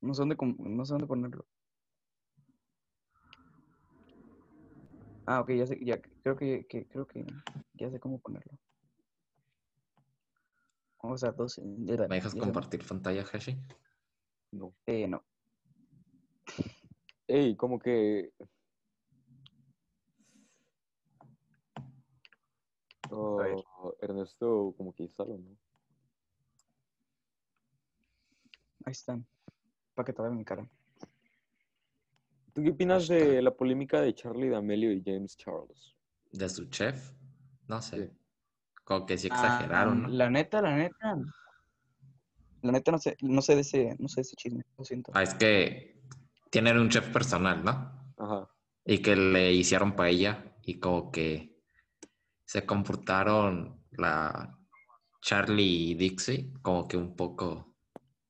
[SPEAKER 4] no sé dónde, com- no sé dónde ponerlo. Ah, ok, ya sé, ya, creo que, que- creo que ya sé cómo ponerlo. O sea, dos. ya la-
[SPEAKER 2] ¿Me dejas
[SPEAKER 4] ya sé-
[SPEAKER 2] compartir pantalla, Hashi?
[SPEAKER 4] Eh, no.
[SPEAKER 3] Ey, como que.
[SPEAKER 4] ver.
[SPEAKER 3] Oh, Ernesto, como que saló, ¿no?
[SPEAKER 4] Ahí están. Para que te vean mi cara.
[SPEAKER 3] ¿Tú qué
[SPEAKER 4] Ah,
[SPEAKER 3] opinas
[SPEAKER 2] Hashtag.
[SPEAKER 3] de la polémica de Charlie D'Amelio y James Charles?
[SPEAKER 2] ¿De su chef? No sé.
[SPEAKER 3] Sí.
[SPEAKER 2] Como que sí
[SPEAKER 4] Ah,
[SPEAKER 2] exageraron, ¿no?
[SPEAKER 4] La neta, la neta. La neta no sé, no sé de ese, no sé de ese chisme, lo siento.
[SPEAKER 2] Ah, es que tienen un chef personal, ¿no?
[SPEAKER 3] Ajá.
[SPEAKER 2] Y que le hicieron paella y como que se comportaron la Charlie y Dixie como que un poco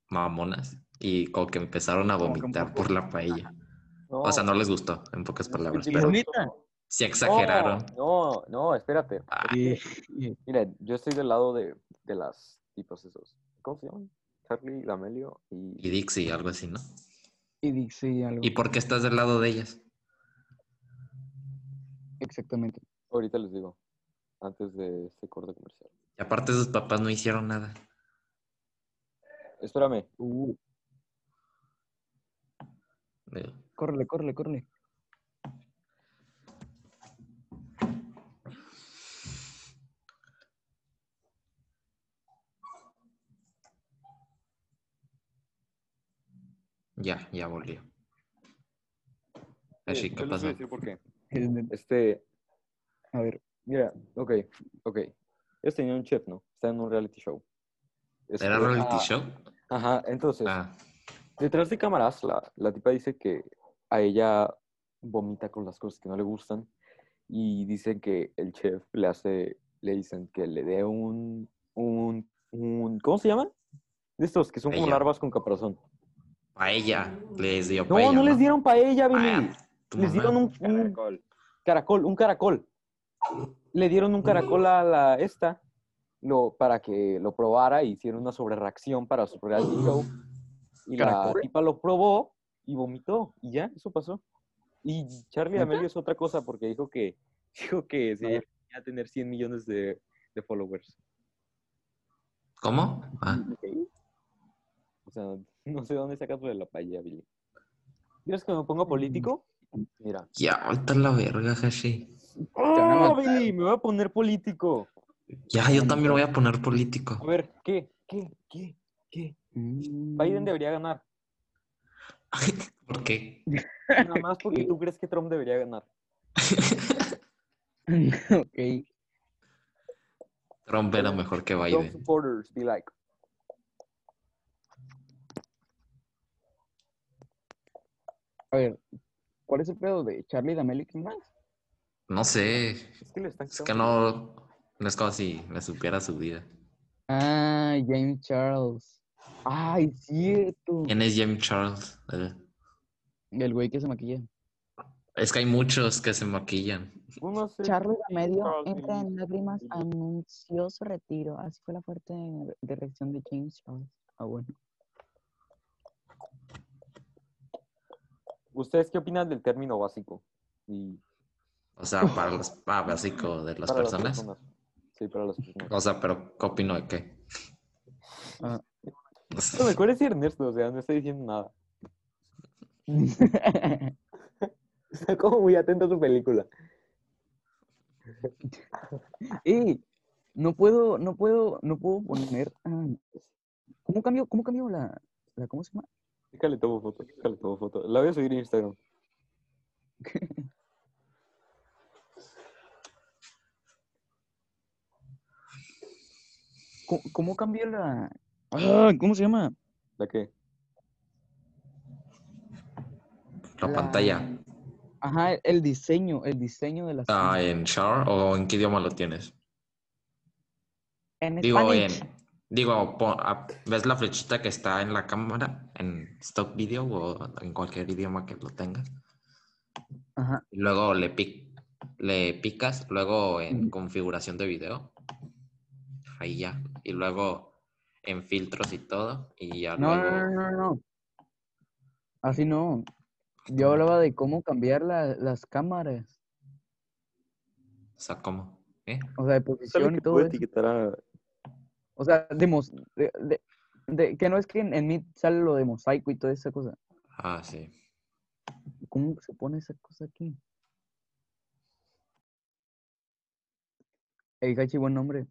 [SPEAKER 2] mamonas y como que empezaron a
[SPEAKER 4] Como que un
[SPEAKER 2] vomitar
[SPEAKER 4] poco-
[SPEAKER 2] por la paella. O sea, no les
[SPEAKER 3] Oh.
[SPEAKER 2] gustó, en pocas
[SPEAKER 3] es que
[SPEAKER 2] palabras.
[SPEAKER 3] yo
[SPEAKER 2] Pero
[SPEAKER 3] creo- Oh.
[SPEAKER 2] sí exageraron.
[SPEAKER 3] No, no, espérate.
[SPEAKER 2] Ah,
[SPEAKER 4] Eh,
[SPEAKER 3] Mira, yo estoy del lado de, de las tipos esos. ¿Cómo se llaman? Charlie D'Amelio y.
[SPEAKER 2] y Dixie, algo así, ¿no?
[SPEAKER 4] y dice algo.
[SPEAKER 2] ¿Y por qué estás del lado de ellas?
[SPEAKER 4] Exactamente.
[SPEAKER 3] Ahorita les digo, antes de este corte comercial.
[SPEAKER 2] Y aparte sus papás no hicieron nada.
[SPEAKER 3] Espérame.
[SPEAKER 4] Uh,
[SPEAKER 2] Eh,
[SPEAKER 4] córrele, córrele, córrele.
[SPEAKER 2] Ya, ya volvió.
[SPEAKER 3] Sí,
[SPEAKER 2] Así,
[SPEAKER 3] yo
[SPEAKER 2] ¿qué
[SPEAKER 3] les voy a
[SPEAKER 2] pasó?
[SPEAKER 3] decir por qué. Este,
[SPEAKER 4] A ver.
[SPEAKER 3] mira, ok, ok. Ellos tenían un chef, ¿no? Está en un reality show. Este,
[SPEAKER 2] ¿Era reality
[SPEAKER 4] ah,
[SPEAKER 2] show?
[SPEAKER 3] Ajá, entonces,
[SPEAKER 2] Ah,
[SPEAKER 3] detrás de cámaras, la, la tipa dice que a ella vomita con las cosas que no le gustan y dicen que el chef le hace, le dicen que le dé un, un, un, ¿cómo se llaman? De estos que son como
[SPEAKER 2] Paella.
[SPEAKER 3] larvas con caparazón.
[SPEAKER 2] paella. Les dio
[SPEAKER 3] No,
[SPEAKER 2] paella.
[SPEAKER 3] no les dieron paella, Billy.
[SPEAKER 2] Ah, tu
[SPEAKER 3] les
[SPEAKER 2] mamá.
[SPEAKER 3] dieron un, un caracol, un caracol. Le dieron un caracol a la esta lo, para que lo probara y hicieron una sobrereacción para su reality show. Y la
[SPEAKER 4] ¿Caracol?
[SPEAKER 3] tipa lo probó y vomitó. Y ya, eso pasó. Y Charlie D'Amelio es otra cosa porque dijo que dijo que se iba a tener 100 millones de, de followers.
[SPEAKER 2] ¿Cómo? Ah,
[SPEAKER 3] O sea, no sé dónde sacas lo de la paella, Billy. ¿Quieres que me ponga político? Mira.
[SPEAKER 2] ya, ahorita la verga, Hashi.
[SPEAKER 4] van a
[SPEAKER 3] ¡Oh,
[SPEAKER 4] matar.
[SPEAKER 3] Billy! Me voy a poner político.
[SPEAKER 2] Ya, yo también lo voy a poner político.
[SPEAKER 3] A ver, ¿qué? ¿Qué? ¿Qué? ¿Qué? Biden
[SPEAKER 2] Mm.
[SPEAKER 4] Biden
[SPEAKER 3] debería ganar.
[SPEAKER 2] ¿Por qué?
[SPEAKER 3] Nada más porque tú crees que Trump debería ganar.
[SPEAKER 4] ok.
[SPEAKER 2] Trump era mejor que
[SPEAKER 3] Trump
[SPEAKER 2] Biden.
[SPEAKER 3] supporters be like.
[SPEAKER 4] A ver. ¿Cuál es el pedo de Charlie D'Amelio y quién más?
[SPEAKER 2] No sé.
[SPEAKER 3] Es que le están
[SPEAKER 2] Es que no. No es como si me supiera su vida.
[SPEAKER 4] Ah, James Charles. Ay, cierto.
[SPEAKER 2] ¿Quién es James Charles? Eh,
[SPEAKER 4] El güey que se maquilla.
[SPEAKER 2] Es que hay muchos que se maquillan.
[SPEAKER 3] Uno es el-
[SPEAKER 7] Charles D'Amelio
[SPEAKER 3] Charles
[SPEAKER 7] entra en lágrimas,
[SPEAKER 3] D'Amelio.
[SPEAKER 7] anunció su retiro. Así fue la fuerte re- de reacción de James Charles.
[SPEAKER 4] Ah, bueno.
[SPEAKER 3] ¿Ustedes qué opinan del término básico? Y
[SPEAKER 2] O sea, para los para básico de las
[SPEAKER 3] para
[SPEAKER 2] personas.
[SPEAKER 3] Sí, para las personas.
[SPEAKER 2] O sea, pero ¿qué opino de qué? Pues,
[SPEAKER 4] Ah.
[SPEAKER 2] O sea,
[SPEAKER 3] Lo mejor es Ernesto, o sea, no estoy diciendo nada. Está como muy atento a su película.
[SPEAKER 7] ¡Eh! No puedo, no puedo, no puedo poner. ah, ¿Cómo cambio, cómo cambio la, la, cómo se llama?
[SPEAKER 3] Déjale tomo foto, déjale tomo foto. La voy a subir en Instagram.
[SPEAKER 7] ¿Cómo, cómo cambio la? Ah, ¿Cómo se llama?
[SPEAKER 3] ¿La qué?
[SPEAKER 2] la
[SPEAKER 7] la-
[SPEAKER 2] pantalla.
[SPEAKER 7] Ajá, el diseño, el diseño de las.
[SPEAKER 2] Ah, ¿En Shar o en qué idioma lo tienes?
[SPEAKER 7] en
[SPEAKER 2] Digo, en,
[SPEAKER 7] Spanish.
[SPEAKER 2] digo, pon- ah, ¿ves la flechita que está en la cámara? En stop video o en cualquier idioma que lo tengas.
[SPEAKER 7] Ajá.
[SPEAKER 2] Y luego le, pic- le picas, luego en
[SPEAKER 7] Ujú.
[SPEAKER 2] configuración de video. Ahí ya. Y luego en filtros y todo. Y ya
[SPEAKER 7] No, no,
[SPEAKER 2] luego.
[SPEAKER 7] no,
[SPEAKER 4] Ah.
[SPEAKER 7] no, no, no. Así no. Yo
[SPEAKER 2] Ah.
[SPEAKER 7] hablaba de cómo cambiar la- las cámaras,
[SPEAKER 2] O sea, ¿cómo? ¿Eh?
[SPEAKER 7] o sea, de posición y todo eso.
[SPEAKER 3] etiquetar a...
[SPEAKER 7] O sea, de, mos- de- de- de- que no es que en, en mí sale lo de mosaico y toda esa cosa.
[SPEAKER 2] Ah, sí.
[SPEAKER 7] ¿Cómo se pone esa cosa aquí? El Gachi, buen nombre.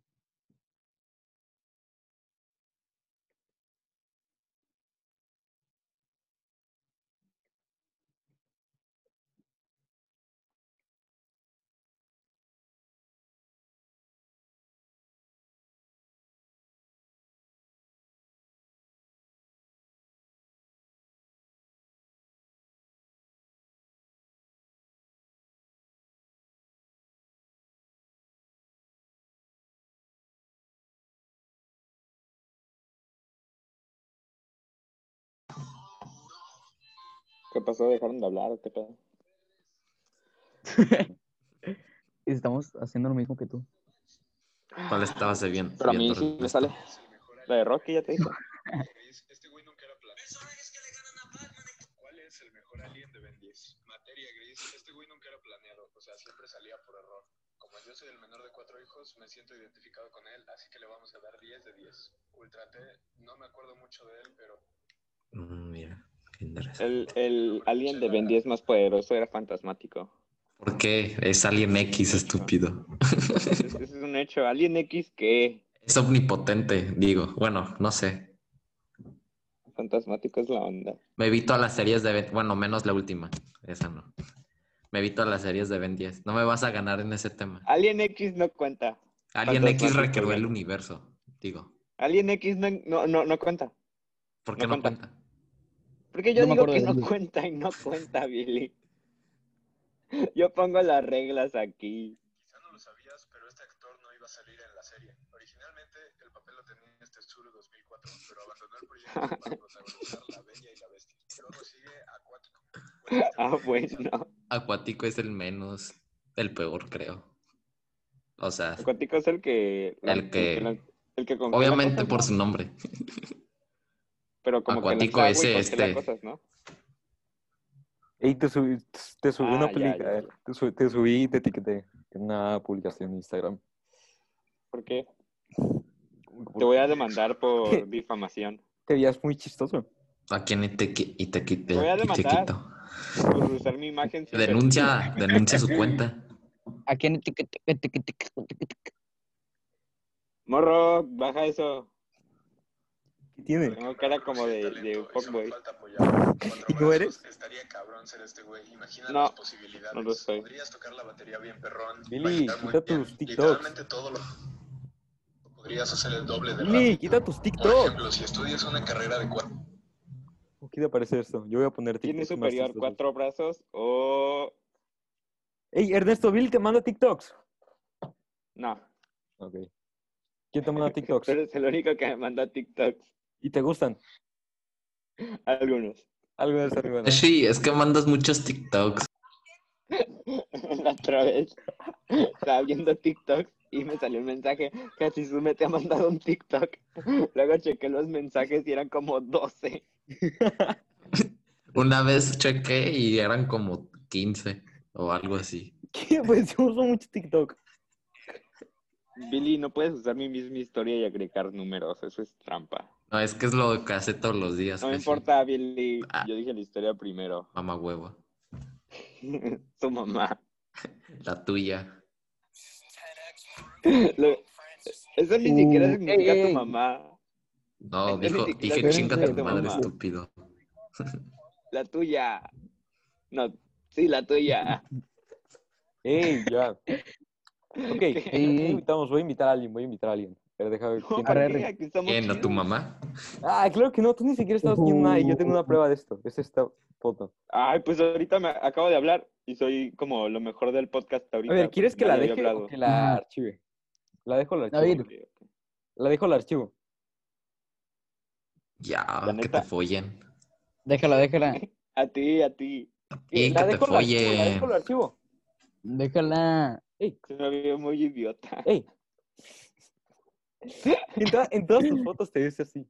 [SPEAKER 1] ¿Qué pasó? ¿Dejaron de hablar o qué pedo?
[SPEAKER 7] Estamos haciendo lo mismo que tú.
[SPEAKER 2] ¿Cuál estabas viendo?
[SPEAKER 1] Pero a mí
[SPEAKER 2] viendo,
[SPEAKER 1] sí me
[SPEAKER 2] Ernesto?
[SPEAKER 1] sale la de Rocky, ya te dije.
[SPEAKER 8] Este güey nunca era plata. que le ganan a Batman. eh. ¿Cuál es el mejor alien de Ben 10? Materia gris. Este güey nunca era planeado. O sea, siempre salía por error. Como yo soy el menor de cuatro hijos, me siento identificado con él, así que le vamos a dar 10 de 10. Ultra T, no me acuerdo mucho de él, pero
[SPEAKER 2] Mm, Mira, qué interesante.
[SPEAKER 1] El, el alien de Ben 10 más poderoso era fantasmático.
[SPEAKER 2] ¿Por qué? Es Alien X, estúpido.
[SPEAKER 1] Ese es ese es un hecho. Alien X que
[SPEAKER 2] Es omnipotente, digo. Bueno, no sé.
[SPEAKER 1] fantasmático es la onda.
[SPEAKER 2] Me vi todas las series de Ben... Bueno, menos la última. Esa no. Me vi todas las series de Ben 10. No me vas a ganar en ese tema.
[SPEAKER 1] Alien X no cuenta.
[SPEAKER 2] Alien X
[SPEAKER 1] Fantasmático,
[SPEAKER 2] recreó el
[SPEAKER 1] ¿no?
[SPEAKER 2] universo, digo.
[SPEAKER 1] Alien X no, no, no, no cuenta.
[SPEAKER 2] ¿Por
[SPEAKER 1] No
[SPEAKER 2] qué no,
[SPEAKER 1] cuenta.
[SPEAKER 2] cuenta?
[SPEAKER 1] Porque yo
[SPEAKER 4] No me
[SPEAKER 1] digo
[SPEAKER 4] acuerdo
[SPEAKER 1] que
[SPEAKER 4] de
[SPEAKER 1] no
[SPEAKER 4] ello.
[SPEAKER 1] cuenta y no cuenta, Billy. Yo pongo las reglas aquí.
[SPEAKER 8] quizá no lo sabías, pero este actor no iba a salir en la serie. Originalmente el papel lo tenía este sur 2004, pero abandonó el proyecto para protagonizar La Bella y la Bestia. Luego sigue Acuático. Bueno, este
[SPEAKER 1] Ah,
[SPEAKER 8] güey-
[SPEAKER 1] bueno.
[SPEAKER 2] Acuático es el menos, el peor, creo. O sea,
[SPEAKER 1] Acuático es el que.
[SPEAKER 2] El que-
[SPEAKER 1] El que, el que congela
[SPEAKER 2] obviamente
[SPEAKER 1] cosas,
[SPEAKER 2] por
[SPEAKER 1] ¿no?
[SPEAKER 2] su nombre.
[SPEAKER 1] Pero como
[SPEAKER 2] Acuático
[SPEAKER 1] que lanza
[SPEAKER 2] ese,
[SPEAKER 1] agua y congela
[SPEAKER 2] este.
[SPEAKER 1] cosas, ¿no?
[SPEAKER 3] Ey, te subí, te subí
[SPEAKER 1] Ah,
[SPEAKER 3] una
[SPEAKER 1] ya,
[SPEAKER 3] película.
[SPEAKER 1] ya.
[SPEAKER 3] eh. Te, su- te subí y te etiqueté en una publicación en Instagram.
[SPEAKER 1] ¿Por qué? Te voy a demandar por difamación.
[SPEAKER 3] Te veías muy chistoso.
[SPEAKER 2] ¿A quién y te, qui- y te quite-
[SPEAKER 1] Te voy a
[SPEAKER 2] y te
[SPEAKER 1] demandar.
[SPEAKER 2] quito?
[SPEAKER 1] Por usar mi imagen. sin
[SPEAKER 2] Denuncia, denuncia su cuenta.
[SPEAKER 7] ¿A quién? tic, tic, tic, tic, tic, tic, tic?
[SPEAKER 1] permiso. Morro, baja eso.
[SPEAKER 3] ¿Qué tiene?
[SPEAKER 1] Tengo cara como de, de
[SPEAKER 8] Talento y solo
[SPEAKER 1] fuckboy.
[SPEAKER 8] falta apoyarlo. Cuatro
[SPEAKER 3] ¿Tú eres?
[SPEAKER 8] brazos, Estaría cabrón ser este güey. Imagina
[SPEAKER 1] No,
[SPEAKER 8] las posibilidades.
[SPEAKER 1] no lo soy.
[SPEAKER 8] Podrías tocar la batería bien perrón.
[SPEAKER 3] Billy,
[SPEAKER 8] bailar muy
[SPEAKER 3] quita
[SPEAKER 8] bien,
[SPEAKER 3] tus TikToks.
[SPEAKER 8] Literalmente todo lo podrías hacer el doble de
[SPEAKER 3] Billy,
[SPEAKER 8] rápido.
[SPEAKER 3] quita tus
[SPEAKER 8] Por
[SPEAKER 3] TikTok.
[SPEAKER 8] ejemplo, si estudias una carrera de cuatro
[SPEAKER 3] ¿Qué te parece esto? Yo voy a poner TikTok.
[SPEAKER 1] ¿Quién es superior? ¿Cuatro brazos o.?
[SPEAKER 3] Ey, Ernesto, Bill te manda TikToks.
[SPEAKER 1] No.
[SPEAKER 3] Ok. ¿Quién te manda TikToks?
[SPEAKER 1] Tú eres el único que me manda TikToks.
[SPEAKER 3] ¿Y te gustan?
[SPEAKER 1] Algunos.
[SPEAKER 3] Algo de esa ribana.
[SPEAKER 2] Sí, es que mandas muchos TikToks.
[SPEAKER 1] La otra vez estaba viendo TikToks y me salió un mensaje que Asizume te ha mandado un TikTok. Luego chequé los mensajes y eran como 12.
[SPEAKER 2] Una vez chequé y eran como 15 o algo así.
[SPEAKER 7] ¿Qué? Pues yo uso mucho TikTok.
[SPEAKER 1] Billy, no puedes usar mi misma historia y agregar números, eso es trampa.
[SPEAKER 2] No, es que es lo que hace todos los días.
[SPEAKER 1] No me
[SPEAKER 2] casi.
[SPEAKER 1] importa, Billy.
[SPEAKER 2] Ah.
[SPEAKER 1] Yo dije la historia primero.
[SPEAKER 2] Mamá huevo.
[SPEAKER 1] tu mamá.
[SPEAKER 2] La tuya.
[SPEAKER 1] Lo- Eso ni
[SPEAKER 7] Uh,
[SPEAKER 1] siquiera
[SPEAKER 7] ey,
[SPEAKER 1] significa tu
[SPEAKER 7] ey.
[SPEAKER 1] mamá.
[SPEAKER 2] No,
[SPEAKER 1] Entonces,
[SPEAKER 2] dijo,
[SPEAKER 1] ni siquiera
[SPEAKER 2] dije
[SPEAKER 1] te
[SPEAKER 2] chinga
[SPEAKER 1] interesa
[SPEAKER 2] tu
[SPEAKER 1] tu
[SPEAKER 2] madre,
[SPEAKER 1] mamá".
[SPEAKER 2] estúpido.
[SPEAKER 1] La tuya. No, sí, la tuya.
[SPEAKER 3] ¡Ey, ya! Ok,
[SPEAKER 1] ¿Qué?
[SPEAKER 3] ¿a quién invitamos? Voy a invitar a alguien, voy a invitar a alguien. A ver, déjame ver
[SPEAKER 1] No,
[SPEAKER 3] quién-
[SPEAKER 7] Arre,
[SPEAKER 1] ¿qué?
[SPEAKER 7] arre.
[SPEAKER 1] Aquí estamos
[SPEAKER 2] ¿Quién? ¿A tu
[SPEAKER 1] chidos.
[SPEAKER 2] mamá?
[SPEAKER 3] Ah, claro que no, tú ni siquiera estás haciendo nada y yo tengo una prueba de esto. Es esta foto.
[SPEAKER 1] Ay, pues ahorita me acabo de hablar y soy como lo mejor del podcast
[SPEAKER 3] A
[SPEAKER 1] ahorita.
[SPEAKER 3] ver, ¿quieres que la
[SPEAKER 1] Nadie había
[SPEAKER 3] deje o
[SPEAKER 1] hablado.
[SPEAKER 3] que la
[SPEAKER 7] Ajá.
[SPEAKER 3] archive? La dejo al
[SPEAKER 7] A
[SPEAKER 3] archivo.
[SPEAKER 7] ver.
[SPEAKER 3] La dejo al archivo.
[SPEAKER 2] Ya,
[SPEAKER 1] La
[SPEAKER 2] que
[SPEAKER 1] neta.
[SPEAKER 2] te follen.
[SPEAKER 7] Déjala, déjala.
[SPEAKER 1] A ti, a ti.
[SPEAKER 2] Y
[SPEAKER 3] la
[SPEAKER 2] que te
[SPEAKER 3] dejo al archivo, la dejo al
[SPEAKER 2] follen.
[SPEAKER 3] archivo.
[SPEAKER 7] Déjala.
[SPEAKER 1] Se me vio muy idiota.
[SPEAKER 3] ¡Ey! En, toda- en todas tus fotos te dice así.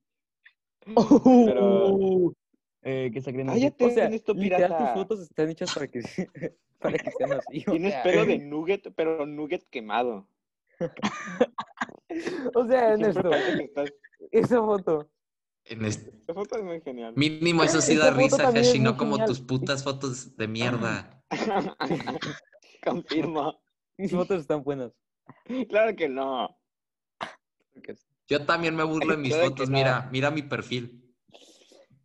[SPEAKER 1] Pero-
[SPEAKER 7] Eh, que saquen así.
[SPEAKER 1] Cállate,
[SPEAKER 3] O sea,
[SPEAKER 1] en esto
[SPEAKER 3] literal, tus
[SPEAKER 1] pirata.
[SPEAKER 3] fotos están hechas para que, para que sean así. O
[SPEAKER 1] Tienes
[SPEAKER 3] sea,
[SPEAKER 1] pelo de nugget, pero nugget quemado.
[SPEAKER 3] o sea en
[SPEAKER 1] Siempre
[SPEAKER 3] esto,
[SPEAKER 1] parece que estás...
[SPEAKER 3] esa foto.
[SPEAKER 2] En este-
[SPEAKER 1] Esa foto es muy genial.
[SPEAKER 2] Mínimo eso sí
[SPEAKER 3] Esta
[SPEAKER 2] da
[SPEAKER 3] foto
[SPEAKER 2] risa,
[SPEAKER 3] también es
[SPEAKER 2] Hashi, no
[SPEAKER 3] muy
[SPEAKER 2] como
[SPEAKER 3] genial.
[SPEAKER 2] tus putas fotos de mierda.
[SPEAKER 1] Confirmo.
[SPEAKER 3] Mis fotos están buenas.
[SPEAKER 1] Claro que no.
[SPEAKER 2] Yo también me burlo en mis
[SPEAKER 1] Claro que
[SPEAKER 2] fotos,
[SPEAKER 1] no.
[SPEAKER 2] mira, mira mi perfil.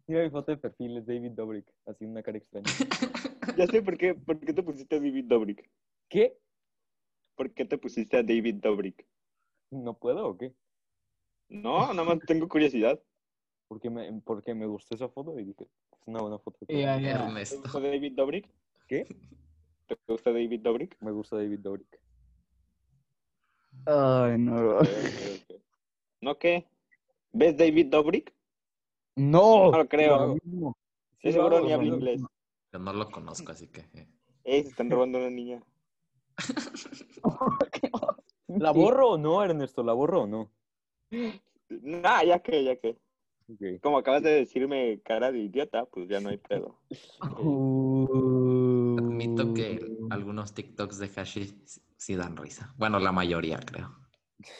[SPEAKER 3] Mira mi foto de perfil, es David Dobrik, así una cara extraña.
[SPEAKER 1] Ya sé por qué, por qué te pusiste a David Dobrik.
[SPEAKER 3] ¿Qué?
[SPEAKER 1] ¿Por qué te pusiste a David Dobrik?
[SPEAKER 3] ¿No puedo o qué?
[SPEAKER 1] No, nada más tengo curiosidad.
[SPEAKER 3] Porque me, porque me gustó esa foto y dije, es una buena foto.
[SPEAKER 7] Ya, ya.
[SPEAKER 1] ¿Te
[SPEAKER 2] Ernesto.
[SPEAKER 1] gusta David Dobrik?
[SPEAKER 3] ¿Qué?
[SPEAKER 1] ¿Te gusta David Dobrik?
[SPEAKER 3] Me gusta David Dobrik.
[SPEAKER 7] Ay, no.
[SPEAKER 1] Ok, ok, ok. ¿No qué? ¿Ves David Dobrik?
[SPEAKER 7] No.
[SPEAKER 1] No lo creo.
[SPEAKER 7] No.
[SPEAKER 1] Sí,
[SPEAKER 3] Sí,
[SPEAKER 1] seguro
[SPEAKER 3] lo
[SPEAKER 1] ni
[SPEAKER 3] hago,
[SPEAKER 1] habla
[SPEAKER 3] lo hago.
[SPEAKER 1] inglés.
[SPEAKER 2] Yo no lo conozco, así que. eh.
[SPEAKER 1] Ey, se están robando a una niña.
[SPEAKER 3] ¿La borro o no, Ernesto? ¿La borro o no?
[SPEAKER 1] Nah, Ah, ya que, ya que.
[SPEAKER 3] Ok.
[SPEAKER 1] Como acabas de decirme cara de idiota, pues ya no hay pedo.
[SPEAKER 2] Admito que algunos TikToks de Hashi sí dan risa. Bueno, la mayoría, creo.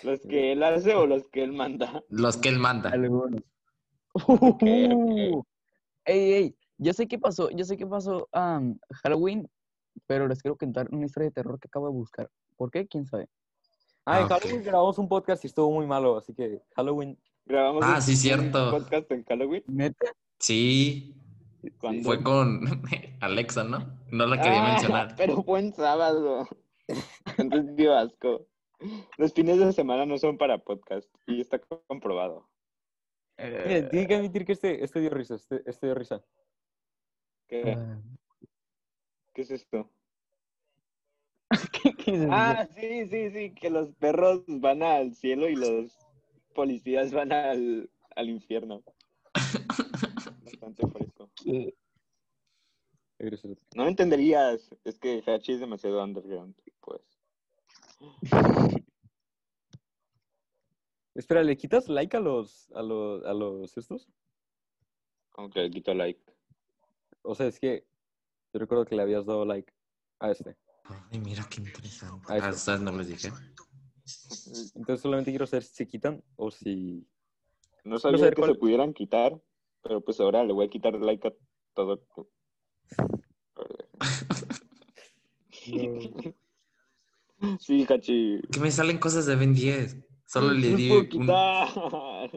[SPEAKER 1] ¿Los que él hace o los que él manda?
[SPEAKER 2] Los que él manda.
[SPEAKER 7] Algunos. Uh.
[SPEAKER 1] ok.
[SPEAKER 7] Ey, ey, yo sé qué pasó, yo sé qué pasó a Halloween, pero les quiero contar una historia de terror que acabo de buscar. ¿Por qué? ¿Quién sabe?
[SPEAKER 3] Ah, en
[SPEAKER 2] Ah, ok.
[SPEAKER 3] Halloween grabamos un podcast y estuvo muy malo, así que Halloween.
[SPEAKER 7] Eh.
[SPEAKER 1] Grabamos
[SPEAKER 2] Ah,
[SPEAKER 1] un-
[SPEAKER 2] sí, cierto.
[SPEAKER 1] un podcast en Halloween.
[SPEAKER 7] ¿Neta?
[SPEAKER 2] Sí,
[SPEAKER 1] cuando-
[SPEAKER 2] fue con Alexa, ¿no? No la quería
[SPEAKER 1] Ah,
[SPEAKER 2] mencionar.
[SPEAKER 1] Pero fue en sábado. Entonces dio asco. Los fines de semana no son para podcast y está comprobado.
[SPEAKER 3] Mira, tiene que admitir que este, este dio risa, este, este dio risa.
[SPEAKER 1] ¿Qué,
[SPEAKER 7] Ah,
[SPEAKER 1] qué es esto?
[SPEAKER 7] ¿Qué quieres decir?
[SPEAKER 1] Ah, sí, sí, sí, que los perros van al cielo y los policías van al, al infierno. Bastante fresco.
[SPEAKER 7] Que-
[SPEAKER 3] Ey, este risa.
[SPEAKER 1] No lo entenderías, es que Hachi es demasiado underground, pues.
[SPEAKER 3] Espera, ¿le quitas like a los, a los, a los estos?
[SPEAKER 1] Como que le quito like.
[SPEAKER 3] O sea, es que yo recuerdo que le habías dado like a este.
[SPEAKER 2] Ay, mira qué interesante.
[SPEAKER 3] Ahí está.
[SPEAKER 2] Ah, ustedes no les dije.
[SPEAKER 3] Entonces solamente quiero saber si se quitan o si...
[SPEAKER 1] No sabía
[SPEAKER 3] saber
[SPEAKER 1] que
[SPEAKER 3] cuál-
[SPEAKER 1] se pudieran quitar, pero pues ahora le voy a quitar like a todo. Sí, Hachi.
[SPEAKER 2] Que me salen cosas de Ben 10. Solo le
[SPEAKER 1] No
[SPEAKER 2] di
[SPEAKER 1] puedo
[SPEAKER 2] un-
[SPEAKER 1] quitar.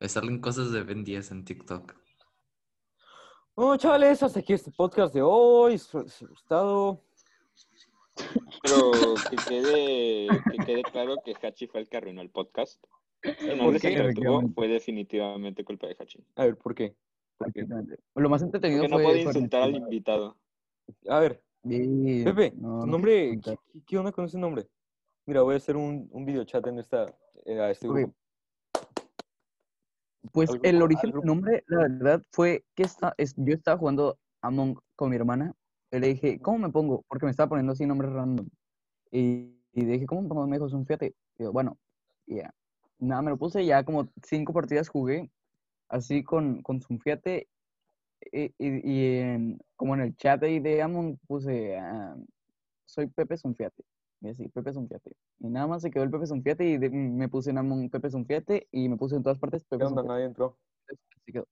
[SPEAKER 2] Me salen cosas de Ben 10 en TikTok.
[SPEAKER 3] Bueno, chavales, hasta aquí este podcast de hoy. Espero les haya gustado.
[SPEAKER 1] Pero que quede, que quede claro que Hachi fue el que arruinó el podcast. Si no
[SPEAKER 3] ¿Por
[SPEAKER 1] les
[SPEAKER 3] qué?
[SPEAKER 1] entretuvo,
[SPEAKER 7] Efectivamente.
[SPEAKER 1] fue definitivamente culpa de Hachi.
[SPEAKER 3] A ver, ¿por qué? ¿Por qué?
[SPEAKER 7] Lo más entretenido
[SPEAKER 1] Que no
[SPEAKER 7] fue...
[SPEAKER 1] puede
[SPEAKER 7] fue
[SPEAKER 1] insultar al
[SPEAKER 7] Ernesto.
[SPEAKER 1] invitado.
[SPEAKER 3] A ver,
[SPEAKER 7] Sí,
[SPEAKER 3] Pepe,
[SPEAKER 7] no,
[SPEAKER 3] tu
[SPEAKER 7] no
[SPEAKER 3] nombre,
[SPEAKER 7] puedes
[SPEAKER 3] ¿qué,
[SPEAKER 7] insultar.
[SPEAKER 3] qué- qué onda con ese nombre? Mira, voy a hacer un, un videochat en esta, eh, a este
[SPEAKER 7] Ok.
[SPEAKER 3] grupo.
[SPEAKER 7] Pues
[SPEAKER 3] Algo-
[SPEAKER 7] el origen
[SPEAKER 3] algo-
[SPEAKER 7] del nombre, la verdad, fue que esta- es- yo estaba jugando Among con mi hermana. Y le dije, ¿cómo me pongo? Porque me estaba poniendo así nombres random. Y, y dije, ¿cómo me pongo? Me dijo, es un fiate. Y yo, bueno, y ya. Nada, me lo puse. Ya como cinco partidas jugué así con, eh, con Sunfiate.
[SPEAKER 4] y, y- y en- como en el chat ahí de Among puse, ah, soy Pepe Sunfiate. Y así, Pepe Sunfiate. Y nada más se quedó el Pepe Sunfiate y de- me puse en Among Pepe Sunfiate y me puse en todas partes
[SPEAKER 3] ¿Qué
[SPEAKER 4] Pepe
[SPEAKER 3] onda?
[SPEAKER 4] Sunfiate.
[SPEAKER 3] Nadie entró.
[SPEAKER 4] Así quedó.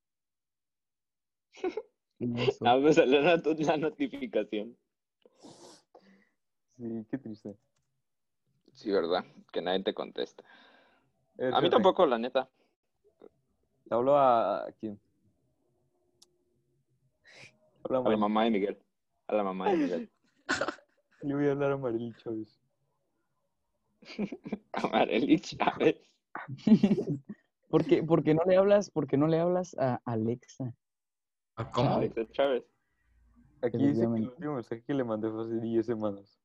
[SPEAKER 4] Y eso.
[SPEAKER 1] Ah, me salió la, not- la notificación.
[SPEAKER 3] Sí, qué triste.
[SPEAKER 1] Sí, ¿verdad? Que nadie te contesta.
[SPEAKER 3] ver,
[SPEAKER 1] A mí
[SPEAKER 3] Jorge,
[SPEAKER 1] tampoco, la neta.
[SPEAKER 3] ¿Te hablo a, a quién? Habla a
[SPEAKER 1] A la
[SPEAKER 3] Maril.
[SPEAKER 1] mamá de Miguel. A la mamá de Miguel.
[SPEAKER 3] Le voy a hablar a Maril Chávez.
[SPEAKER 1] A Marely Chávez.
[SPEAKER 4] ¿Por qué, por qué no le hablas, por qué no le hablas a Alexa?
[SPEAKER 2] ¿A cómo?
[SPEAKER 1] Alexa Chávez.
[SPEAKER 3] Aquí dice que el
[SPEAKER 4] Efectivamente.
[SPEAKER 3] último mensaje que le mandé fue hace 10 semanas.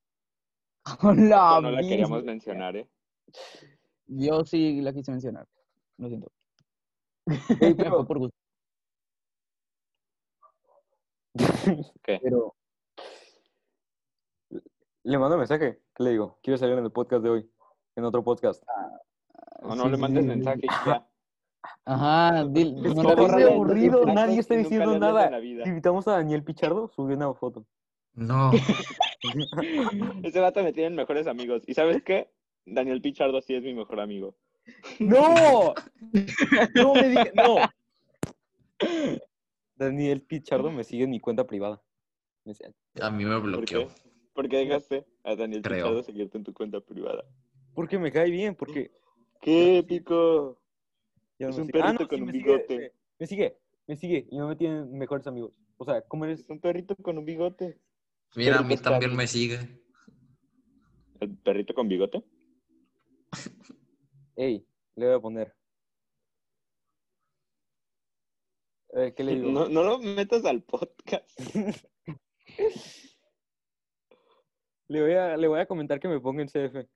[SPEAKER 4] ¡Hola,
[SPEAKER 1] Ojo, no la
[SPEAKER 4] bis!
[SPEAKER 1] queríamos mencionar, ¿eh?
[SPEAKER 4] Yo sí la quise mencionar. Lo siento.
[SPEAKER 3] Ey,
[SPEAKER 4] Me
[SPEAKER 3] pero-
[SPEAKER 4] fue por gusto.
[SPEAKER 1] ¿Qué?
[SPEAKER 4] Pero,
[SPEAKER 3] Le mando mensaje. ¿Qué le digo? Quiero salir en el podcast de hoy. En otro podcast.
[SPEAKER 1] No, no
[SPEAKER 4] sí,
[SPEAKER 1] le
[SPEAKER 4] sí,
[SPEAKER 1] mandes
[SPEAKER 4] sí, sí.
[SPEAKER 1] mensaje y ya.
[SPEAKER 4] Ajá, dil,
[SPEAKER 3] Pues,
[SPEAKER 4] no
[SPEAKER 3] ¿cómo
[SPEAKER 4] te
[SPEAKER 3] dice
[SPEAKER 4] borres.
[SPEAKER 3] aburrido?
[SPEAKER 1] Exacto,
[SPEAKER 3] Nadie está
[SPEAKER 1] y nunca
[SPEAKER 3] diciendo
[SPEAKER 1] le hablas
[SPEAKER 3] nada.
[SPEAKER 1] en la vida.
[SPEAKER 3] Invitamos a Daniel Pichardo, subió una foto.
[SPEAKER 2] No.
[SPEAKER 1] Ese vato me tienen mejores amigos. ¿Y sabes qué? Daniel Pichardo sí es mi mejor amigo.
[SPEAKER 3] ¡No! No me digas, no. Daniel Pichardo me sigue en mi cuenta privada. Me dice,
[SPEAKER 2] A mí me
[SPEAKER 1] ¿Por
[SPEAKER 2] bloqueó.
[SPEAKER 1] qué? ¿Por qué dejaste a Daniel
[SPEAKER 2] Creo.
[SPEAKER 1] Pichardo seguirte en tu cuenta privada?
[SPEAKER 3] Porque me cae bien, porque
[SPEAKER 1] ¡Qué épico!
[SPEAKER 3] ya no
[SPEAKER 1] Es
[SPEAKER 3] me
[SPEAKER 1] un
[SPEAKER 3] sigue.
[SPEAKER 1] perrito con
[SPEAKER 3] me
[SPEAKER 1] un
[SPEAKER 3] sigue,
[SPEAKER 1] bigote.
[SPEAKER 3] me- Me sigue, me sigue y no me tienen mejores amigos. O sea, ¿cómo eres?
[SPEAKER 1] Es un perrito con un bigote.
[SPEAKER 2] Mira, a mí
[SPEAKER 1] Perrito
[SPEAKER 2] también
[SPEAKER 1] Charlie.
[SPEAKER 2] me sigue.
[SPEAKER 1] ¿El perrito con bigote?
[SPEAKER 3] Ey, le voy a poner. Eh, ¿Qué le digo?
[SPEAKER 1] No, no lo metas al podcast.
[SPEAKER 3] Le, voy a, le voy a comentar que me ponga en CF.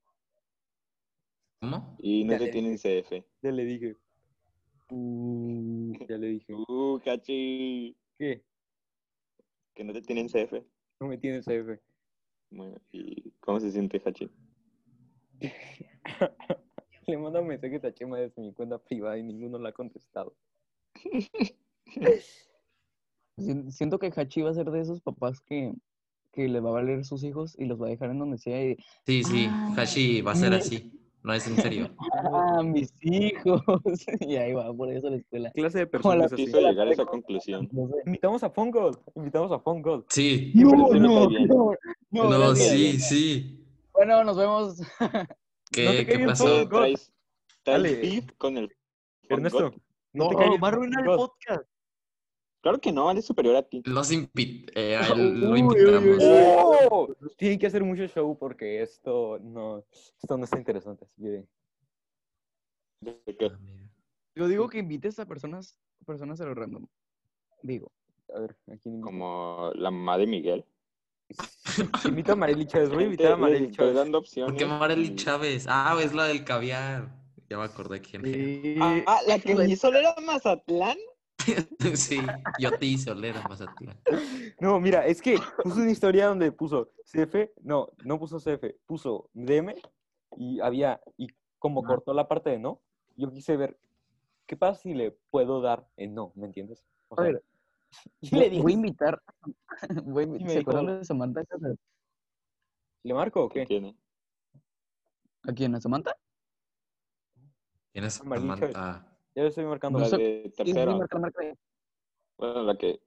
[SPEAKER 2] ¿Cómo?
[SPEAKER 1] Y no
[SPEAKER 3] Ya
[SPEAKER 1] te
[SPEAKER 3] le
[SPEAKER 1] tienen CF.
[SPEAKER 3] Ya le dije. Ya le dije.
[SPEAKER 1] Uh, cachi.
[SPEAKER 3] ¿Qué?
[SPEAKER 1] Que no te tienen CF.
[SPEAKER 3] No me tiene CF.
[SPEAKER 1] Bueno, ¿y cómo se siente, Hachi?
[SPEAKER 3] Le mando un mensaje a Chema desde mi cuenta privada y ninguno la ha contestado.
[SPEAKER 4] Sien- Siento que Hachi va a ser de esos papás que, que les va a valer sus hijos y los va a dejar en donde sea. Y,
[SPEAKER 2] Sí, sí,
[SPEAKER 4] Ah,
[SPEAKER 2] Hashi va a ser
[SPEAKER 4] me-
[SPEAKER 2] así. No es en serio.
[SPEAKER 4] ¡Ah, mis hijos! Y ahí va, por eso la escuela.
[SPEAKER 3] Clase de
[SPEAKER 4] Como la
[SPEAKER 3] personas así.
[SPEAKER 1] Quiso llegar a esa conclusión.
[SPEAKER 4] No sé.
[SPEAKER 3] Invitamos a Phone Gold. Invitamos a Phone Gold.
[SPEAKER 2] Sí.
[SPEAKER 1] No,
[SPEAKER 4] No,
[SPEAKER 1] Pero
[SPEAKER 4] no,
[SPEAKER 1] no, bien.
[SPEAKER 4] no, no,
[SPEAKER 2] No,
[SPEAKER 4] gracias.
[SPEAKER 2] sí, sí.
[SPEAKER 4] Bueno, nos vemos.
[SPEAKER 2] ¿Qué,
[SPEAKER 3] No te
[SPEAKER 2] qué
[SPEAKER 3] caigas,
[SPEAKER 2] pasó?
[SPEAKER 1] Eh,
[SPEAKER 3] Son God.
[SPEAKER 1] traes traes
[SPEAKER 3] Ale.
[SPEAKER 1] beef con el con
[SPEAKER 3] Ernesto,
[SPEAKER 1] God?
[SPEAKER 3] no, te
[SPEAKER 9] No,
[SPEAKER 3] calles.
[SPEAKER 9] va a arruinar el
[SPEAKER 3] God.
[SPEAKER 9] podcast.
[SPEAKER 1] Claro que no, Ale es superior a ti.
[SPEAKER 2] Los invi- eh, a él lo
[SPEAKER 4] Uy, uy,
[SPEAKER 2] invitamos.
[SPEAKER 4] uy.
[SPEAKER 3] ¡Oh! Tienen que hacer mucho show porque esto no, esto no está interesante. Así que
[SPEAKER 1] ¿De qué?
[SPEAKER 2] Ah, mira.
[SPEAKER 4] Yo digo que invites a personas, personas a lo random. Digo.
[SPEAKER 3] a ver, aquí invito.
[SPEAKER 1] Como la mamá de Miguel.
[SPEAKER 3] Invito a Marely Chávez. Voy a
[SPEAKER 1] Gente, eh,
[SPEAKER 3] invitar a
[SPEAKER 1] les
[SPEAKER 3] Marely
[SPEAKER 1] Estoy
[SPEAKER 3] Chávez.
[SPEAKER 1] dando opciones. Mm.
[SPEAKER 2] ¿Por qué Marely
[SPEAKER 1] y-
[SPEAKER 2] Chávez? Ah, es la del caviar. Ya me acordé quién
[SPEAKER 1] Ah, ah, la que ni solo era Mazatlán.
[SPEAKER 2] era. Sí, yo te hice oler a Mazatlán.
[SPEAKER 3] No, mira, es que puso una historia donde puso CF, no, no puso CF, puso DM y había, y como cortó la parte de no, yo quise ver qué pasa si le puedo dar en no, ¿me entiendes? O
[SPEAKER 4] A
[SPEAKER 3] sea,
[SPEAKER 4] ver,
[SPEAKER 3] y
[SPEAKER 4] Voy
[SPEAKER 3] le
[SPEAKER 4] voy
[SPEAKER 3] dije,
[SPEAKER 4] a invitar. voy a invi-
[SPEAKER 3] Y me
[SPEAKER 4] ¿Se acuerdan
[SPEAKER 3] dijo-
[SPEAKER 4] de Samantha? Casas?
[SPEAKER 3] ¿le marco o
[SPEAKER 1] ¿Qué
[SPEAKER 3] qué?
[SPEAKER 1] tiene?
[SPEAKER 4] ¿A quién? ¿A Samantha?
[SPEAKER 2] ¿Quién es
[SPEAKER 3] Marely Chávez.
[SPEAKER 2] Samantha?
[SPEAKER 3] Ya le estoy marcando.
[SPEAKER 1] La
[SPEAKER 4] sé.
[SPEAKER 1] de
[SPEAKER 4] Sí, sí, sí,
[SPEAKER 1] tercero.
[SPEAKER 4] marca, marca.
[SPEAKER 1] Bueno, la que,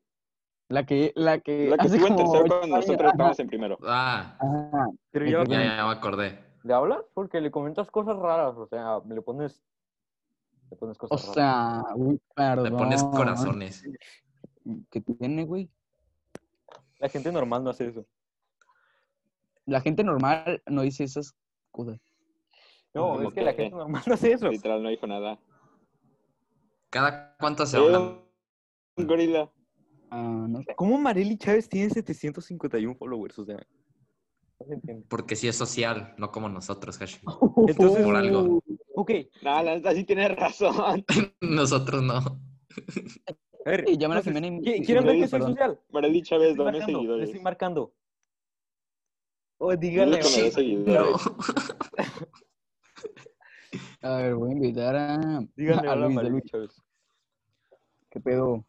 [SPEAKER 4] La que, la que,
[SPEAKER 1] la que
[SPEAKER 4] hace
[SPEAKER 1] estuvo en
[SPEAKER 4] como
[SPEAKER 1] tercero
[SPEAKER 4] ocho
[SPEAKER 1] cuando
[SPEAKER 4] años.
[SPEAKER 1] nosotros estábamos en primero.
[SPEAKER 2] Ah,
[SPEAKER 4] Ajá,
[SPEAKER 3] Pero
[SPEAKER 4] el
[SPEAKER 3] ya,
[SPEAKER 4] que-
[SPEAKER 2] ya, ya me acordé.
[SPEAKER 3] ¿le hablas? Porque le comentas cosas raras, o sea, le pones, le pones
[SPEAKER 4] o
[SPEAKER 3] cosas raras.
[SPEAKER 4] sea, uy, perdón.
[SPEAKER 2] Le pones corazones.
[SPEAKER 4] ¿Qué tiene, güey?
[SPEAKER 3] La gente normal no hace eso.
[SPEAKER 4] La gente normal no dice esas cosas.
[SPEAKER 3] No,
[SPEAKER 1] Como
[SPEAKER 3] es que la
[SPEAKER 1] que-
[SPEAKER 3] gente normal no hace eso.
[SPEAKER 1] Literal, no dijo nada.
[SPEAKER 2] ¿Cada cuánto se
[SPEAKER 1] Eh,
[SPEAKER 2] hablan?
[SPEAKER 1] Un gorila.
[SPEAKER 4] Ah, no sé.
[SPEAKER 3] ¿Cómo Marely Chávez tiene 751 followers? O sea, no se entiende.
[SPEAKER 2] Porque sí es social, no como nosotros, Hashi.
[SPEAKER 3] Entonces-
[SPEAKER 2] Por algo.
[SPEAKER 3] Ok,
[SPEAKER 1] No, la neta sí tiene razón.
[SPEAKER 2] Nosotros no.
[SPEAKER 3] a ver.
[SPEAKER 4] Sí, llama a
[SPEAKER 3] entonces,
[SPEAKER 4] la Jimena y-
[SPEAKER 3] ¿qui-
[SPEAKER 4] y-
[SPEAKER 3] ¿Quieren
[SPEAKER 1] y-
[SPEAKER 3] ver que
[SPEAKER 1] Ey,
[SPEAKER 3] soy
[SPEAKER 4] perdón.
[SPEAKER 3] social?
[SPEAKER 1] Marely
[SPEAKER 3] Le
[SPEAKER 1] Chávez,
[SPEAKER 3] estoy
[SPEAKER 1] dame
[SPEAKER 3] marcando, le
[SPEAKER 1] Pues, seguidores.
[SPEAKER 3] estoy marcando.
[SPEAKER 9] O
[SPEAKER 1] Dile
[SPEAKER 9] dígale.
[SPEAKER 1] que me dé seguidores.
[SPEAKER 2] No.
[SPEAKER 4] A ver, voy a invitar a,
[SPEAKER 3] Díganle ahora
[SPEAKER 4] a
[SPEAKER 3] a
[SPEAKER 4] Ah, Luis de
[SPEAKER 3] Marely
[SPEAKER 4] Luis.
[SPEAKER 3] Chávez.
[SPEAKER 4] ¿Qué pedo?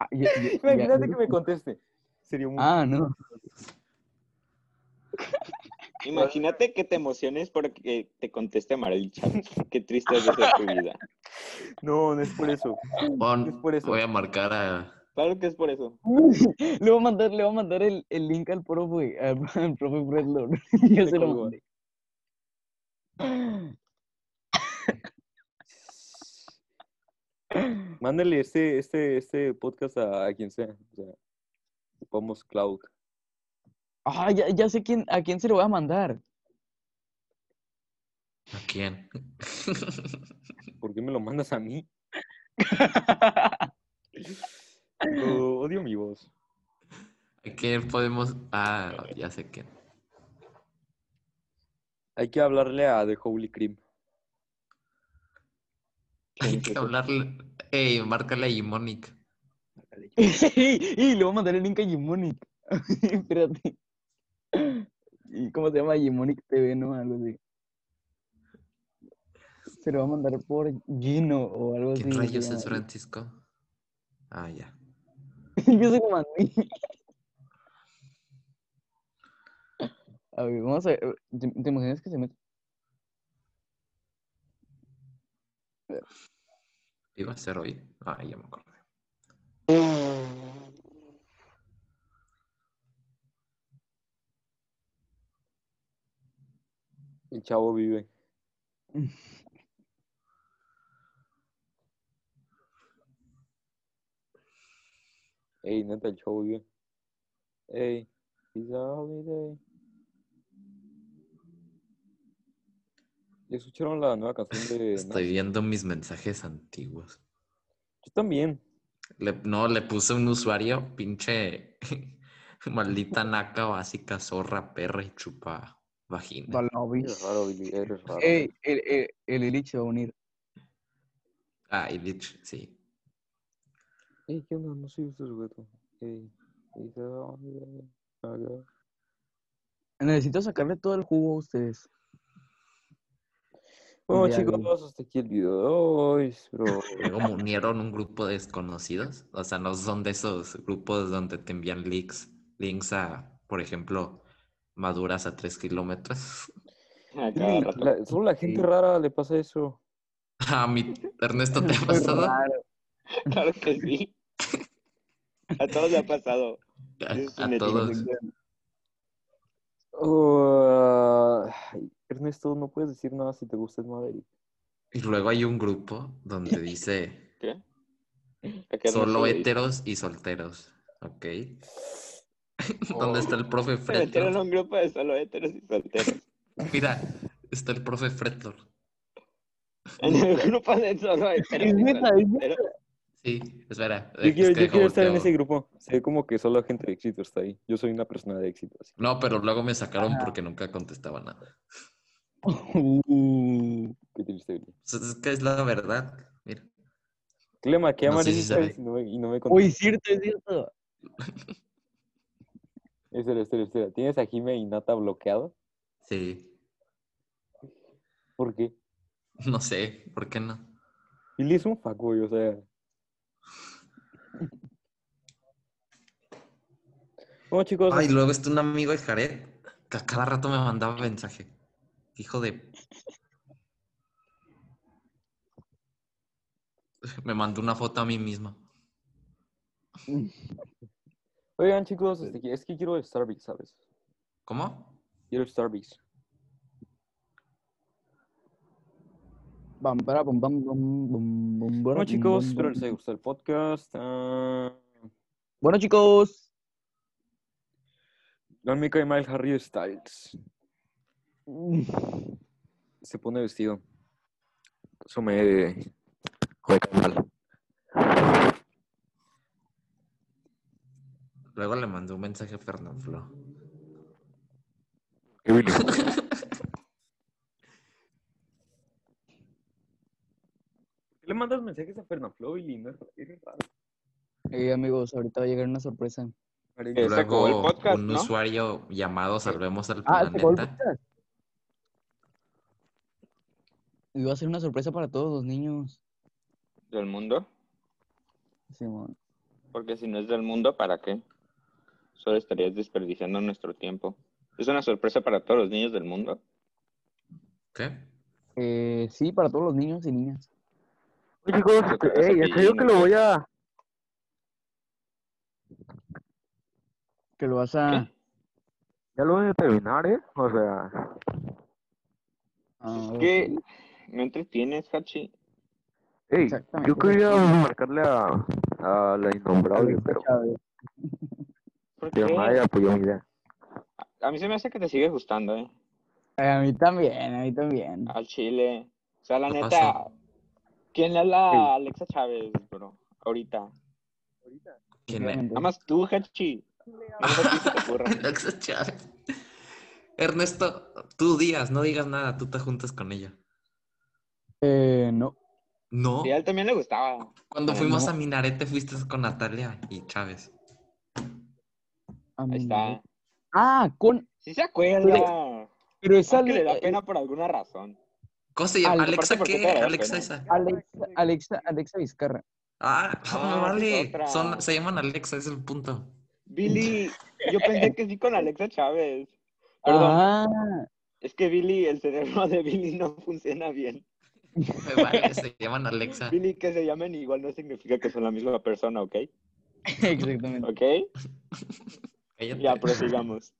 [SPEAKER 4] Ah, y- y- y-
[SPEAKER 3] Imagínate
[SPEAKER 4] y-
[SPEAKER 3] que me conteste. Sería muy...
[SPEAKER 4] Ah, no.
[SPEAKER 1] Imagínate que te emociones porque te conteste Amaril Chávez. Qué triste es tu vida.
[SPEAKER 3] No, no es por eso.
[SPEAKER 2] Pon-
[SPEAKER 3] Es por eso.
[SPEAKER 2] voy a marcar a.
[SPEAKER 1] Claro que es por eso.
[SPEAKER 4] Le voy a mandar, le voy a mandar el, el link al profe, al, al profe Fred Lord. Yo
[SPEAKER 3] Te
[SPEAKER 4] se lo
[SPEAKER 3] colgó.
[SPEAKER 4] mandé.
[SPEAKER 3] Mándale este, este, este podcast a, a quien sea. O sea, vamos, Cloud.
[SPEAKER 4] Ah, ya, ya sé quién, a quién se lo voy a mandar.
[SPEAKER 2] ¿A quién?
[SPEAKER 3] ¿Por qué me lo mandas a mí? Oh, odio mi voz.
[SPEAKER 2] ¿A quién podemos.? Ah, ya sé quién.
[SPEAKER 3] Hay que hablarle a The Holy Cream.
[SPEAKER 2] Hay que hablarle. Ey, márcale a Gimonic.
[SPEAKER 4] y le voy a mandar el link a Gimonic. Espérate. ¿Y cómo se llama Gimonic TV, no? Algo así. Se lo va a mandar por Gino o algo así.
[SPEAKER 2] ¿Quién
[SPEAKER 4] se
[SPEAKER 2] rayos es
[SPEAKER 4] llama.
[SPEAKER 2] Francisco? Ah, ya.
[SPEAKER 4] Yo se lo mandé. A ver, vamos a ver. ¿Te, te imaginas que se mete?
[SPEAKER 2] Iba a ser hoy. Ah, ya me acordé.
[SPEAKER 3] El chavo vive. Ey, neta, el chavo vive. Ey, it's a holiday. ¿Ya escucharon la nueva canción de
[SPEAKER 2] Estoy
[SPEAKER 3] Nas?
[SPEAKER 2] viendo mis mensajes antiguos.
[SPEAKER 3] Yo también.
[SPEAKER 2] Le- no, le puse un usuario, pinche maldita naca básica, zorra, perra y chupa vagina.
[SPEAKER 3] Eres raro, Billy, eres raro.
[SPEAKER 4] Ey, el, el, el Illich se va a unir.
[SPEAKER 2] Ah, y dicho, sí.
[SPEAKER 3] Ey, ¿qué onda? No soy este sujeto. Ey, it's a holiday. Acá.
[SPEAKER 4] Necesito sacarle todo el jugo a ustedes.
[SPEAKER 3] Bueno,
[SPEAKER 4] Ya, Billy.
[SPEAKER 3] chicos, hasta aquí el video de hoy, espero-
[SPEAKER 2] Luego me unieron un grupo de desconocidos. O sea, no son de esos grupos donde te envían links, links a, por ejemplo, maduras a tres kilómetros.
[SPEAKER 1] A cada
[SPEAKER 3] Billy,
[SPEAKER 1] rato.
[SPEAKER 3] la- solo la gente
[SPEAKER 4] Sí.
[SPEAKER 3] rara le pasa eso.
[SPEAKER 2] A mi Ernesto te ha
[SPEAKER 4] Soy
[SPEAKER 2] pasado. A,
[SPEAKER 4] raro.
[SPEAKER 1] Claro que sí. A todos le ha pasado. Es
[SPEAKER 2] a
[SPEAKER 1] un ético,
[SPEAKER 2] todos.
[SPEAKER 3] Oh, ay, Ernesto, no puedes decir nada si te gusta el Maverick.
[SPEAKER 2] Y luego hay un grupo donde dice
[SPEAKER 1] ¿Qué?
[SPEAKER 2] solo
[SPEAKER 1] hétero.
[SPEAKER 2] héteros y solteros. Ok.
[SPEAKER 3] Oh.
[SPEAKER 2] ¿Dónde está el profe
[SPEAKER 1] Se metieron a
[SPEAKER 2] Fretlor?
[SPEAKER 1] un grupo de solo héteros y solteros.
[SPEAKER 2] Mira, está el profe Fretlor.
[SPEAKER 1] En el grupo de solo héteros.
[SPEAKER 4] Es
[SPEAKER 1] y
[SPEAKER 4] neta, es neta.
[SPEAKER 1] solteros.
[SPEAKER 2] Sí, espera.
[SPEAKER 3] Yo
[SPEAKER 2] es que
[SPEAKER 3] quiero, yo
[SPEAKER 2] deja
[SPEAKER 3] quiero estar en
[SPEAKER 2] volteo.
[SPEAKER 3] ese grupo. Se ve como que solo gente de éxito está ahí. Yo soy una persona de éxito. así.
[SPEAKER 2] No, pero luego me sacaron porque nunca contestaba nada.
[SPEAKER 4] Uh,
[SPEAKER 3] Qué triste. Billy.
[SPEAKER 2] Pues Es que es la verdad. Mira,
[SPEAKER 3] Clema, que
[SPEAKER 2] No sé
[SPEAKER 3] amarillo
[SPEAKER 2] si se ve.
[SPEAKER 3] traes? y no me, y no me
[SPEAKER 4] Uy,
[SPEAKER 3] contestas.
[SPEAKER 4] es cierto, es cierto.
[SPEAKER 3] Espera, espera, espera. ¿Tienes a Jime y Nata bloqueado?
[SPEAKER 2] sí.
[SPEAKER 3] ¿Por qué?
[SPEAKER 2] No sé, ¿por qué no?
[SPEAKER 3] Billy es un fuckboy, o sea. Bueno, chicos,
[SPEAKER 2] Ay, luego está un amigo de Jared que a cada rato me mandaba mensaje. Hijo de. Me mandó una foto a mí mismo.
[SPEAKER 3] oigan, chicos, este, es que quiero el Starbucks, ¿sabes?
[SPEAKER 2] ¿Cómo?
[SPEAKER 3] Quiero el Starbucks.
[SPEAKER 4] Bam, para, bam, bam, bam, bam, bam, para,
[SPEAKER 3] Bueno,
[SPEAKER 4] bam,
[SPEAKER 3] chicos,
[SPEAKER 4] bam,
[SPEAKER 3] espero
[SPEAKER 4] bam.
[SPEAKER 3] les haya gustado el podcast. Ah,
[SPEAKER 4] Bueno, chicos.
[SPEAKER 3] no me cae mal Harry Styles. se pone vestido. Eso me, me cae mal.
[SPEAKER 2] Luego le mandó un mensaje a Fernanfloo.
[SPEAKER 3] ¿Qué vino? le mandas mensajes a Fernanfloo y no eres raro?
[SPEAKER 4] Eh, amigos, ahorita va a llegar una sorpresa.
[SPEAKER 1] Se acabó el
[SPEAKER 2] Luego
[SPEAKER 1] podcast,
[SPEAKER 2] un
[SPEAKER 1] ¿no?
[SPEAKER 2] usuario llamado Salvemos al
[SPEAKER 4] Ah, se acabó el
[SPEAKER 2] Planeta.
[SPEAKER 4] podcast. Y va a ser una sorpresa para todos los niños.
[SPEAKER 1] Del mundo.
[SPEAKER 4] Simón.
[SPEAKER 1] Porque si no es del mundo, ¿para qué? Solo estarías desperdiciando nuestro tiempo. Es una sorpresa para todos los niños del mundo.
[SPEAKER 2] ¿Qué?
[SPEAKER 4] Eh, sí, para todos los niños y niñas.
[SPEAKER 10] Oye, chicos,
[SPEAKER 1] Yo
[SPEAKER 10] este,
[SPEAKER 1] creo que
[SPEAKER 10] ey,
[SPEAKER 1] sí,
[SPEAKER 10] en serio que lo voy a.
[SPEAKER 4] Que lo vas a...
[SPEAKER 10] Ya lo voy a terminar, ¿eh? O sea,
[SPEAKER 4] a- Ah,
[SPEAKER 1] Es que no entretienes, Hachi.
[SPEAKER 10] ey,
[SPEAKER 4] Exactamente.
[SPEAKER 10] yo quería marcarle a, a la innombrable, pero
[SPEAKER 1] ¿Por
[SPEAKER 10] pero
[SPEAKER 1] qué?
[SPEAKER 10] nadie apoyó mi idea.
[SPEAKER 1] A mí se me hace que te sigue gustando, ¿eh?
[SPEAKER 4] A mí también, a mí también.
[SPEAKER 1] Al Chile. O sea, la
[SPEAKER 2] ¿Qué
[SPEAKER 1] neta,
[SPEAKER 2] pasó?
[SPEAKER 1] ¿quién es la
[SPEAKER 10] Sí.
[SPEAKER 1] Alexa Chávez, bro? Ahorita.
[SPEAKER 2] ¿Quién es?
[SPEAKER 1] Nada más tú, Hachi. No sé si se te ocurra.
[SPEAKER 2] Alexa Chávez. Ernesto, tú digas, no digas nada, tú te juntas con ella.
[SPEAKER 4] Eh, no.
[SPEAKER 2] No,
[SPEAKER 1] Y a él también le gustaba.
[SPEAKER 2] cuando
[SPEAKER 1] no.
[SPEAKER 2] fuimos a Minarete fuiste con Natalia y Chávez.
[SPEAKER 4] a mí
[SPEAKER 1] Ahí
[SPEAKER 4] no.
[SPEAKER 1] está.
[SPEAKER 4] Ah, con...
[SPEAKER 1] Sí se acuerda.
[SPEAKER 4] Pero-
[SPEAKER 1] Pero
[SPEAKER 4] Pero esa...
[SPEAKER 1] Ah, que le da
[SPEAKER 4] Ale- eh,
[SPEAKER 1] pena por alguna razón.
[SPEAKER 2] ¿Cómo se llama?
[SPEAKER 4] Al-
[SPEAKER 2] ¿Alexa
[SPEAKER 1] aparte, ¿por qué
[SPEAKER 2] qué?
[SPEAKER 1] te da
[SPEAKER 2] ¿Alexa
[SPEAKER 1] pena?
[SPEAKER 2] esa?
[SPEAKER 4] Alexa, Alexa, Alexa Vizcarra.
[SPEAKER 2] Ah, no,
[SPEAKER 1] Ah, esa es
[SPEAKER 2] vale.
[SPEAKER 1] otra.
[SPEAKER 2] Son, se llaman Alexa, ese es el punto.
[SPEAKER 1] Billy, yo pensé que sí con Alexa Chávez. Perdón,
[SPEAKER 4] Ah,
[SPEAKER 1] es que Billy, el cerebro de Billy no funciona bien.
[SPEAKER 2] Me vale, se llaman Alexa.
[SPEAKER 1] Billy, que se llamen igual no significa que son la misma persona, ¿ok?
[SPEAKER 4] exactamente.
[SPEAKER 1] ¿Ok?
[SPEAKER 2] Cállate.
[SPEAKER 1] Ya, prosigamos.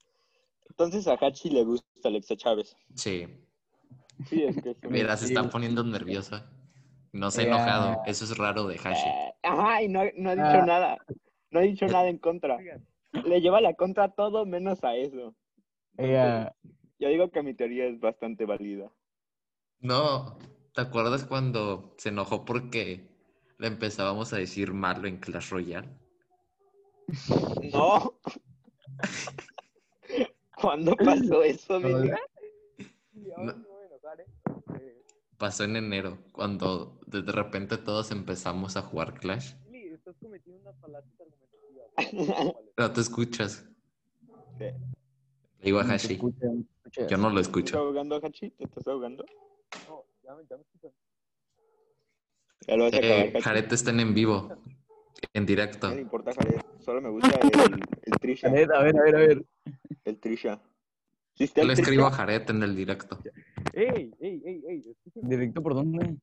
[SPEAKER 1] Entonces a Hachi le gusta Alexa Chávez.
[SPEAKER 2] Sí.
[SPEAKER 1] Sí, es que es una-
[SPEAKER 2] Mira, se está poniendo nerviosa. No se ha
[SPEAKER 4] Ya.
[SPEAKER 2] enojado. Eso es raro de Hashi.
[SPEAKER 1] Eh, Ajá, y no, no ha dicho
[SPEAKER 4] Ah.
[SPEAKER 1] nada. No ha dicho nada en contra. Le lleva la contra a todo menos a eso.
[SPEAKER 4] Ella-
[SPEAKER 1] Yo digo que mi teoría es bastante válida.
[SPEAKER 2] No, ¿te acuerdas cuando se enojó porque le empezábamos a decir malo en Clash Royale?
[SPEAKER 1] No. ¿Cuándo pasó eso, Billy?
[SPEAKER 2] No. Pasó en enero, cuando de de repente todos empezamos a jugar Clash.
[SPEAKER 11] estás cometiendo una falacia argumentativa.
[SPEAKER 2] No te escuchas.
[SPEAKER 1] Sí.
[SPEAKER 2] Le digo a Hashi,
[SPEAKER 4] Escucha, escucha.
[SPEAKER 2] yo no lo
[SPEAKER 1] ¿Te estás
[SPEAKER 2] escucho.
[SPEAKER 1] ahogando, Hachi? ¿Te estás ahogando?
[SPEAKER 11] No, ya me, ya me escuchan.
[SPEAKER 1] Ya lo vas a acabar,
[SPEAKER 2] Eh,
[SPEAKER 1] Hachi.
[SPEAKER 2] Jared está en en vivo, en directo.
[SPEAKER 1] No me importa, Jared. Solo me gusta el, el Trisha.
[SPEAKER 4] A ver, a ver, a ver, a ver.
[SPEAKER 1] El Trisha. ¿Sí está
[SPEAKER 2] Yo
[SPEAKER 1] el
[SPEAKER 2] le
[SPEAKER 1] Trisha?
[SPEAKER 2] escribo a Jared en el directo.
[SPEAKER 3] ¡Ey, ey, ey, ey!
[SPEAKER 4] ¿Directo por dónde?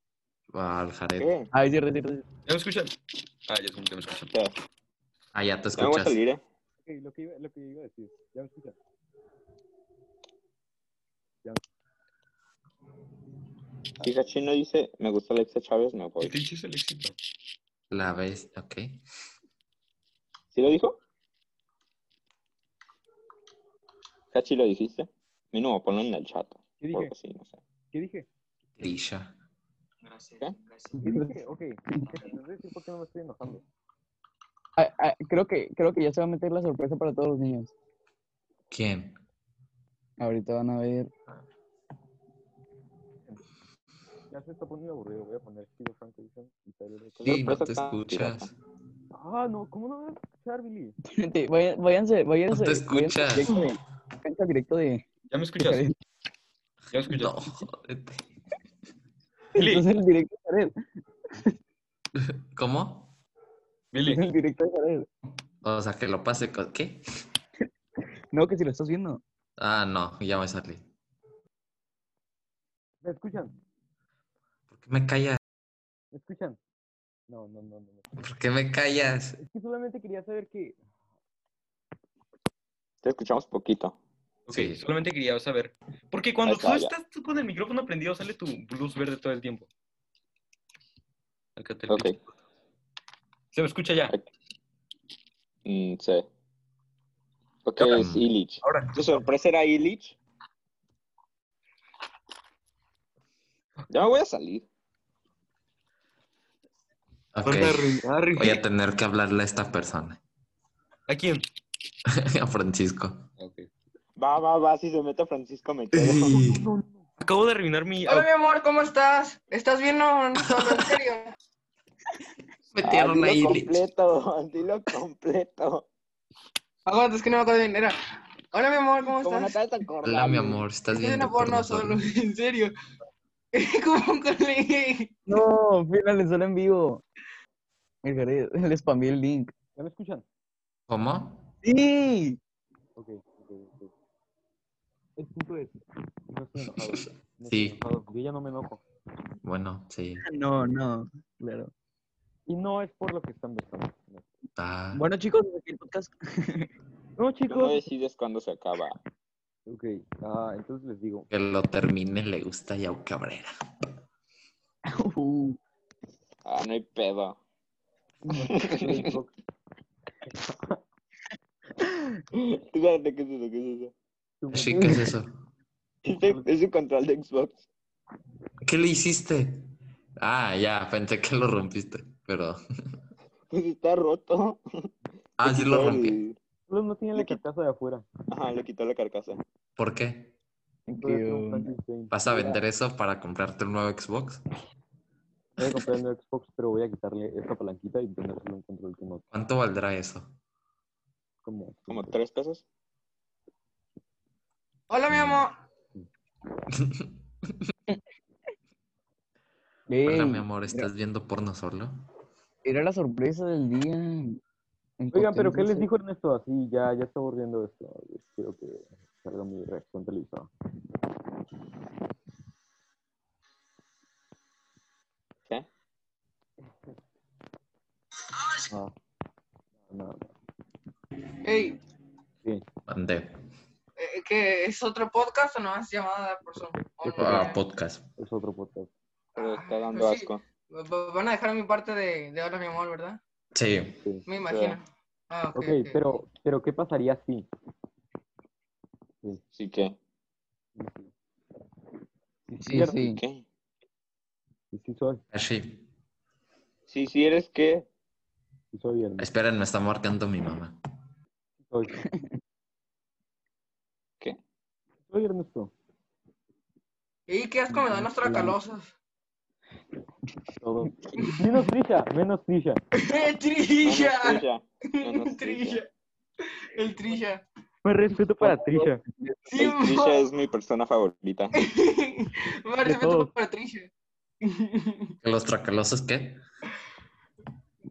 [SPEAKER 2] Al Jared.
[SPEAKER 1] ¿Qué?
[SPEAKER 4] Ah, es cierto, es cierto. es
[SPEAKER 12] ¿Ya me escuchan? Ah, ya sí, ya me escuchan.
[SPEAKER 1] Ya,
[SPEAKER 2] Ah, ya te
[SPEAKER 1] ya me voy a
[SPEAKER 2] escuchas.
[SPEAKER 1] salir, ¿eh?
[SPEAKER 3] Ok, lo que, iba, lo que iba a decir. Ya me escuchan.
[SPEAKER 1] Si Hachi no dice, me gusta Alexa Chávez, me
[SPEAKER 12] ¿Qué
[SPEAKER 1] voy.
[SPEAKER 12] te dices el éxito?
[SPEAKER 2] La ves, ok.
[SPEAKER 1] ¿Sí lo dijo? Hachi, ¿lo dijiste? Mínimo, ponlo en el chat.
[SPEAKER 3] ¿Qué dije?
[SPEAKER 1] Porque sí, no sé.
[SPEAKER 3] ¿Qué dije?
[SPEAKER 2] Trisha.
[SPEAKER 3] ¿Qué
[SPEAKER 4] cierto.
[SPEAKER 3] dije? Ok. ¿Te voy a decir por qué no me estoy enojando?
[SPEAKER 4] Ah, ah, creo que creo que ya se va a meter la sorpresa para todos los niños.
[SPEAKER 2] ¿Quién?
[SPEAKER 4] Ahorita van a ver.
[SPEAKER 3] Ya se está poniendo aburrido. Voy a poner Steve Frank Edition y Tyler Record.
[SPEAKER 2] Sí, no
[SPEAKER 1] sorpresa
[SPEAKER 2] te
[SPEAKER 1] tan
[SPEAKER 2] escuchas.
[SPEAKER 3] Ah, no, ¿cómo no me vas a escuchar, Billy?
[SPEAKER 4] Gente, vaya- váyanse, váyanse.
[SPEAKER 2] te
[SPEAKER 4] váyanse
[SPEAKER 2] escuchas.
[SPEAKER 4] directo de- Cancha directo de.
[SPEAKER 12] ¿Ya me escuchas?
[SPEAKER 4] Jared.
[SPEAKER 12] ¿Ya me escuchas?
[SPEAKER 2] No, jódete.
[SPEAKER 12] Billy,
[SPEAKER 4] Entonces el directo de Jared.
[SPEAKER 2] ¿Cómo?
[SPEAKER 12] Billy,
[SPEAKER 4] Es el directo de Jared.
[SPEAKER 2] O sea, que lo pase con... ¿Qué?
[SPEAKER 4] No, que si lo estás viendo.
[SPEAKER 2] Ah, no, ya me salí.
[SPEAKER 3] ¿Me escuchan?
[SPEAKER 2] ¿Por qué me callas?
[SPEAKER 3] ¿Me escuchan? No, no, no, no. no.
[SPEAKER 2] ¿Por qué me callas?
[SPEAKER 3] Es que solamente quería saber que...
[SPEAKER 1] Te escuchamos poquito.
[SPEAKER 12] ok,
[SPEAKER 2] Sí.
[SPEAKER 12] solamente quería saber. Porque cuando
[SPEAKER 1] Ahí está,
[SPEAKER 12] tú
[SPEAKER 1] ya.
[SPEAKER 12] estás tú con el micrófono prendido, sale tu luz verde todo el tiempo. Acá te
[SPEAKER 1] Ok.
[SPEAKER 12] Se me escucha ya.
[SPEAKER 1] Mm, sí. Ok,
[SPEAKER 2] Ahora-
[SPEAKER 1] es Illich.
[SPEAKER 12] Ahora.
[SPEAKER 1] ¿Tu sorpresa era Illich? Ya me voy a salir.
[SPEAKER 2] Ok,
[SPEAKER 12] Ponte a arruin- a arruin-
[SPEAKER 2] voy a tener que hablarle a esta persona.
[SPEAKER 12] ¿A quién?
[SPEAKER 2] A Francisco.
[SPEAKER 1] Va, va, va, si se mete Francisco me quedo.
[SPEAKER 12] Acabo de arruinar mi.
[SPEAKER 13] Hola, mi amor, ¿cómo estás? ¿Estás bien o no? ¿En serio?
[SPEAKER 1] Ah,
[SPEAKER 2] Metieron
[SPEAKER 1] dilo
[SPEAKER 2] ahí.
[SPEAKER 1] completo, dilo completo.
[SPEAKER 13] Aguanta, es que no me acuerdo bien. Era. Hola, mi amor, ¿cómo
[SPEAKER 1] Como no
[SPEAKER 13] estás?
[SPEAKER 1] te vas a acordar,
[SPEAKER 2] Hola, mi
[SPEAKER 1] Luis.
[SPEAKER 2] amor, ¿estás
[SPEAKER 13] Estoy en
[SPEAKER 2] viendo
[SPEAKER 13] una porno
[SPEAKER 2] porno
[SPEAKER 13] solo,
[SPEAKER 2] solo?
[SPEAKER 13] en serio. ¿Cómo con
[SPEAKER 4] No, finales solo en vivo. El Jared, le spamé el link.
[SPEAKER 3] ¿Ya me escuchan?
[SPEAKER 2] ¿Cómo?
[SPEAKER 3] Sí. Ok, ok, ok. El punto es, no estoy enojado. No estoy
[SPEAKER 2] Sí.
[SPEAKER 3] enojado. Yo ya no me enojo.
[SPEAKER 2] Bueno, sí.
[SPEAKER 7] No, no, claro.
[SPEAKER 3] Y no es por lo que están besando. no.
[SPEAKER 2] Ah,
[SPEAKER 7] Bueno, chicos, hasta aquí el podcast.
[SPEAKER 3] No,
[SPEAKER 1] Tú no
[SPEAKER 3] chicos.
[SPEAKER 1] decides cuándo se acaba.
[SPEAKER 3] Ok, ah, entonces les digo.
[SPEAKER 2] que lo termine, le gusta a Yao Cabrera.
[SPEAKER 7] Uh,
[SPEAKER 1] Ah, no hay pedo.
[SPEAKER 3] Facebook,
[SPEAKER 1] Tú sabes qué es eso, qué es eso.
[SPEAKER 2] Sí, ¿qué es eso?
[SPEAKER 1] Ese- Es un control de Xbox.
[SPEAKER 2] ¿Qué le hiciste? Ah, ya, pensé que lo rompiste, pero...
[SPEAKER 1] Pues está roto.
[SPEAKER 2] Ah,
[SPEAKER 1] Le
[SPEAKER 2] sí
[SPEAKER 1] quitó
[SPEAKER 2] lo rompí.
[SPEAKER 1] el-
[SPEAKER 3] Los no tienen la
[SPEAKER 1] Le quit-
[SPEAKER 3] carcasa de afuera.
[SPEAKER 1] Ajá, le quitó la carcasa.
[SPEAKER 2] ¿Por qué?
[SPEAKER 3] Voy a hacer un
[SPEAKER 7] que-
[SPEAKER 3] Frankenstein.
[SPEAKER 2] um, ¿Vas a vender eso para comprarte un nuevo Xbox?
[SPEAKER 3] Voy a comprar el nuevo Xbox, pero voy a quitarle esta palanquita y ponerle un control que no.
[SPEAKER 2] ¿Cuánto valdrá eso?
[SPEAKER 3] Como,
[SPEAKER 1] Como tres pesos.
[SPEAKER 13] Hola, mi amor.
[SPEAKER 2] Hola,
[SPEAKER 7] Ey,
[SPEAKER 2] mi amor, ¿estás viendo porno solo?
[SPEAKER 7] Era la sorpresa del día.
[SPEAKER 3] Oigan, pero ¿qué les
[SPEAKER 7] dijo?
[SPEAKER 3] dijo Ernesto? Así ya, ya está aburriendo esto. Quiero que salga mi reacción televisada.
[SPEAKER 1] ¿Qué?
[SPEAKER 3] Ah, no, no.
[SPEAKER 13] Ey,
[SPEAKER 3] Sí.
[SPEAKER 2] Mandé.
[SPEAKER 13] eh, ¿qué es otro podcast o no es llamada por Zoom? ¿O no?
[SPEAKER 2] Ah, podcast.
[SPEAKER 3] Es otro podcast.
[SPEAKER 1] Pero está
[SPEAKER 13] Ay,
[SPEAKER 1] dando
[SPEAKER 13] pues sí.
[SPEAKER 1] asco.
[SPEAKER 13] Va- va- Van a dejar mi parte de, de hola, mi amor, ¿verdad?
[SPEAKER 2] Sí.
[SPEAKER 3] Sí.
[SPEAKER 13] Me imagino. Ah, ok.
[SPEAKER 3] Ok,
[SPEAKER 13] okay.
[SPEAKER 3] pero, pero ¿qué pasaría si?
[SPEAKER 1] Sí que.
[SPEAKER 7] Sí, sí.
[SPEAKER 1] ¿Qué?
[SPEAKER 3] Sí, sí soy.
[SPEAKER 2] Así.
[SPEAKER 1] Sí, sí eres qué. Ah,
[SPEAKER 3] Sí soy Ernesto.
[SPEAKER 2] Esperen, me está marcando mi mamá.
[SPEAKER 3] sí soy.
[SPEAKER 1] ¿Qué?
[SPEAKER 3] Sí Soy Ernesto.
[SPEAKER 13] ¿Y qué has comido de los tracalosos?
[SPEAKER 3] Todo. Menos Trisha, menos Trisha.
[SPEAKER 13] ¡Trilla!
[SPEAKER 1] Menos tuya, menos tuya.
[SPEAKER 13] ¡Trilla! El Trilla.
[SPEAKER 3] Me respeto para Trisha.
[SPEAKER 13] Sí,
[SPEAKER 1] El Trisha es mi persona favorita.
[SPEAKER 13] Más respeto
[SPEAKER 3] todos.
[SPEAKER 13] para Trilla.
[SPEAKER 2] ¿Los tracalosos qué?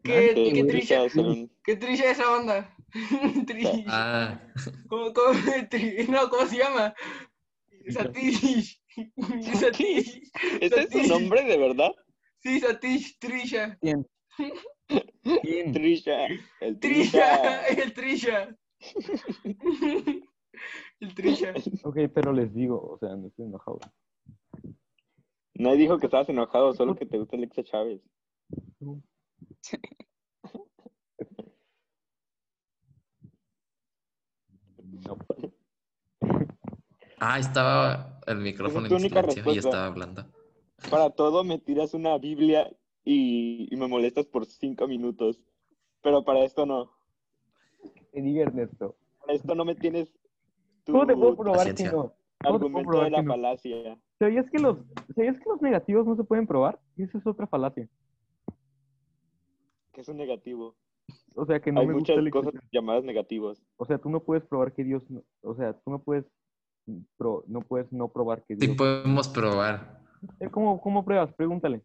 [SPEAKER 13] ¿Qué,
[SPEAKER 1] Que
[SPEAKER 13] qué
[SPEAKER 1] el Eh,
[SPEAKER 13] Trilla?
[SPEAKER 1] Trisha es el un-
[SPEAKER 13] ¿Qué Trilla esa onda? Trilla.
[SPEAKER 2] Ah,
[SPEAKER 13] ¿Cómo, cómo, tri- no, ¿cómo se llama? Satish. Satish.
[SPEAKER 1] ¿Ese es su nombre de verdad?
[SPEAKER 13] Sí, Satish, Trisha.
[SPEAKER 7] ¿Quién? ¿Quién?
[SPEAKER 1] Trisha. El
[SPEAKER 13] Trisha,
[SPEAKER 1] Trisha.
[SPEAKER 13] el Trisha. El Trisha.
[SPEAKER 3] Ok, pero les digo, o sea, no estoy enojado.
[SPEAKER 1] Nadie dijo que estabas enojado, solo que te gusta Alexa Chávez.
[SPEAKER 3] No.
[SPEAKER 2] ah, estaba el micrófono
[SPEAKER 1] Esa
[SPEAKER 2] en
[SPEAKER 1] es tu única
[SPEAKER 2] silencio y
[SPEAKER 1] respuesta.
[SPEAKER 2] estaba hablando.
[SPEAKER 1] Para todo me tiras una Biblia y, y me molestas por cinco minutos. Pero para esto no.
[SPEAKER 7] Te diga Ernesto.
[SPEAKER 1] Para esto no me tienes tu
[SPEAKER 3] ¿Cómo te puedo probar si
[SPEAKER 2] Paciencia.
[SPEAKER 3] no? ¿Cómo te puedo
[SPEAKER 1] argumento de
[SPEAKER 3] probar
[SPEAKER 1] la
[SPEAKER 3] que no?
[SPEAKER 1] falacia.
[SPEAKER 3] ¿Sabías que, los, ¿Sabías que los negativos no se pueden probar? Y esa es otra falacia.
[SPEAKER 1] Que es un negativo.
[SPEAKER 3] O sea, que no
[SPEAKER 1] Hay
[SPEAKER 3] me
[SPEAKER 1] muchas
[SPEAKER 3] gusta el
[SPEAKER 1] cosas llamadas negativos.
[SPEAKER 3] O sea, tú no puedes probar que Dios, no- o sea, tú no puedes, mm, pro- no puedes no probar que
[SPEAKER 2] Sí
[SPEAKER 3] Dios.
[SPEAKER 2] podemos probar.
[SPEAKER 3] Eh, ¿Cómo, cómo pruebas? Pregúntale.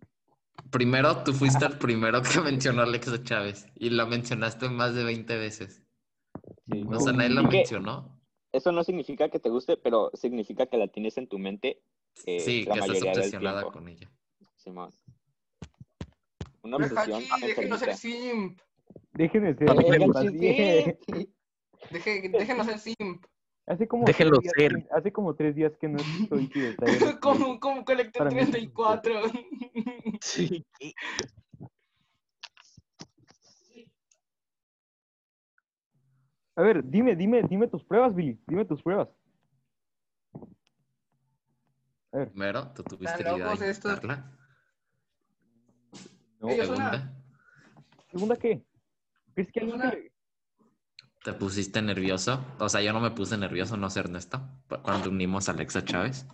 [SPEAKER 2] Primero, tú fuiste el primero que mencionó a Alexa Chávez y la mencionaste más de 20 veces.
[SPEAKER 3] Pues,
[SPEAKER 1] Sí.
[SPEAKER 2] No sé, nadie la
[SPEAKER 1] ¿Y qué?
[SPEAKER 2] mencionó.
[SPEAKER 1] Eso no significa que te guste, pero significa que la tienes en tu mente eh,
[SPEAKER 2] Sí,
[SPEAKER 1] la
[SPEAKER 2] que estás
[SPEAKER 1] mayoría del
[SPEAKER 2] obsesionada
[SPEAKER 1] tiempo.
[SPEAKER 2] con ella.
[SPEAKER 1] Simón. Una obsesión
[SPEAKER 13] Pues,
[SPEAKER 1] ah,
[SPEAKER 13] Hachi, déjenos ser
[SPEAKER 1] enfermiza.
[SPEAKER 13] simp.
[SPEAKER 3] Déjenme ser.
[SPEAKER 2] Oigan,
[SPEAKER 3] simp,
[SPEAKER 1] sí,
[SPEAKER 3] así
[SPEAKER 1] sí.
[SPEAKER 3] es.
[SPEAKER 13] Deje, déjenos ser simp.
[SPEAKER 3] Hace como
[SPEAKER 7] Déjenlo
[SPEAKER 3] tres días
[SPEAKER 7] ser.
[SPEAKER 3] que- hace como tres días que no estoy que está bien.
[SPEAKER 13] Como, como Colector
[SPEAKER 3] Para mí es un
[SPEAKER 13] 34.
[SPEAKER 7] Sí.
[SPEAKER 3] A ver, dime, dime, dime tus pruebas, Billy. Dime tus pruebas.
[SPEAKER 2] Primero, tú tuviste la
[SPEAKER 13] Están
[SPEAKER 2] idea
[SPEAKER 13] locos
[SPEAKER 2] de
[SPEAKER 13] estos.
[SPEAKER 2] inventarla.
[SPEAKER 3] No.
[SPEAKER 13] Ellos
[SPEAKER 2] Segunda,
[SPEAKER 3] Segunda qué? ¿Crees que
[SPEAKER 13] Es
[SPEAKER 3] alguien
[SPEAKER 13] una-
[SPEAKER 3] que-
[SPEAKER 2] te pusiste nervioso. O sea, yo no me puse nervioso, no sé, Ernesto, pa- cuando unimos a Alexa Chávez.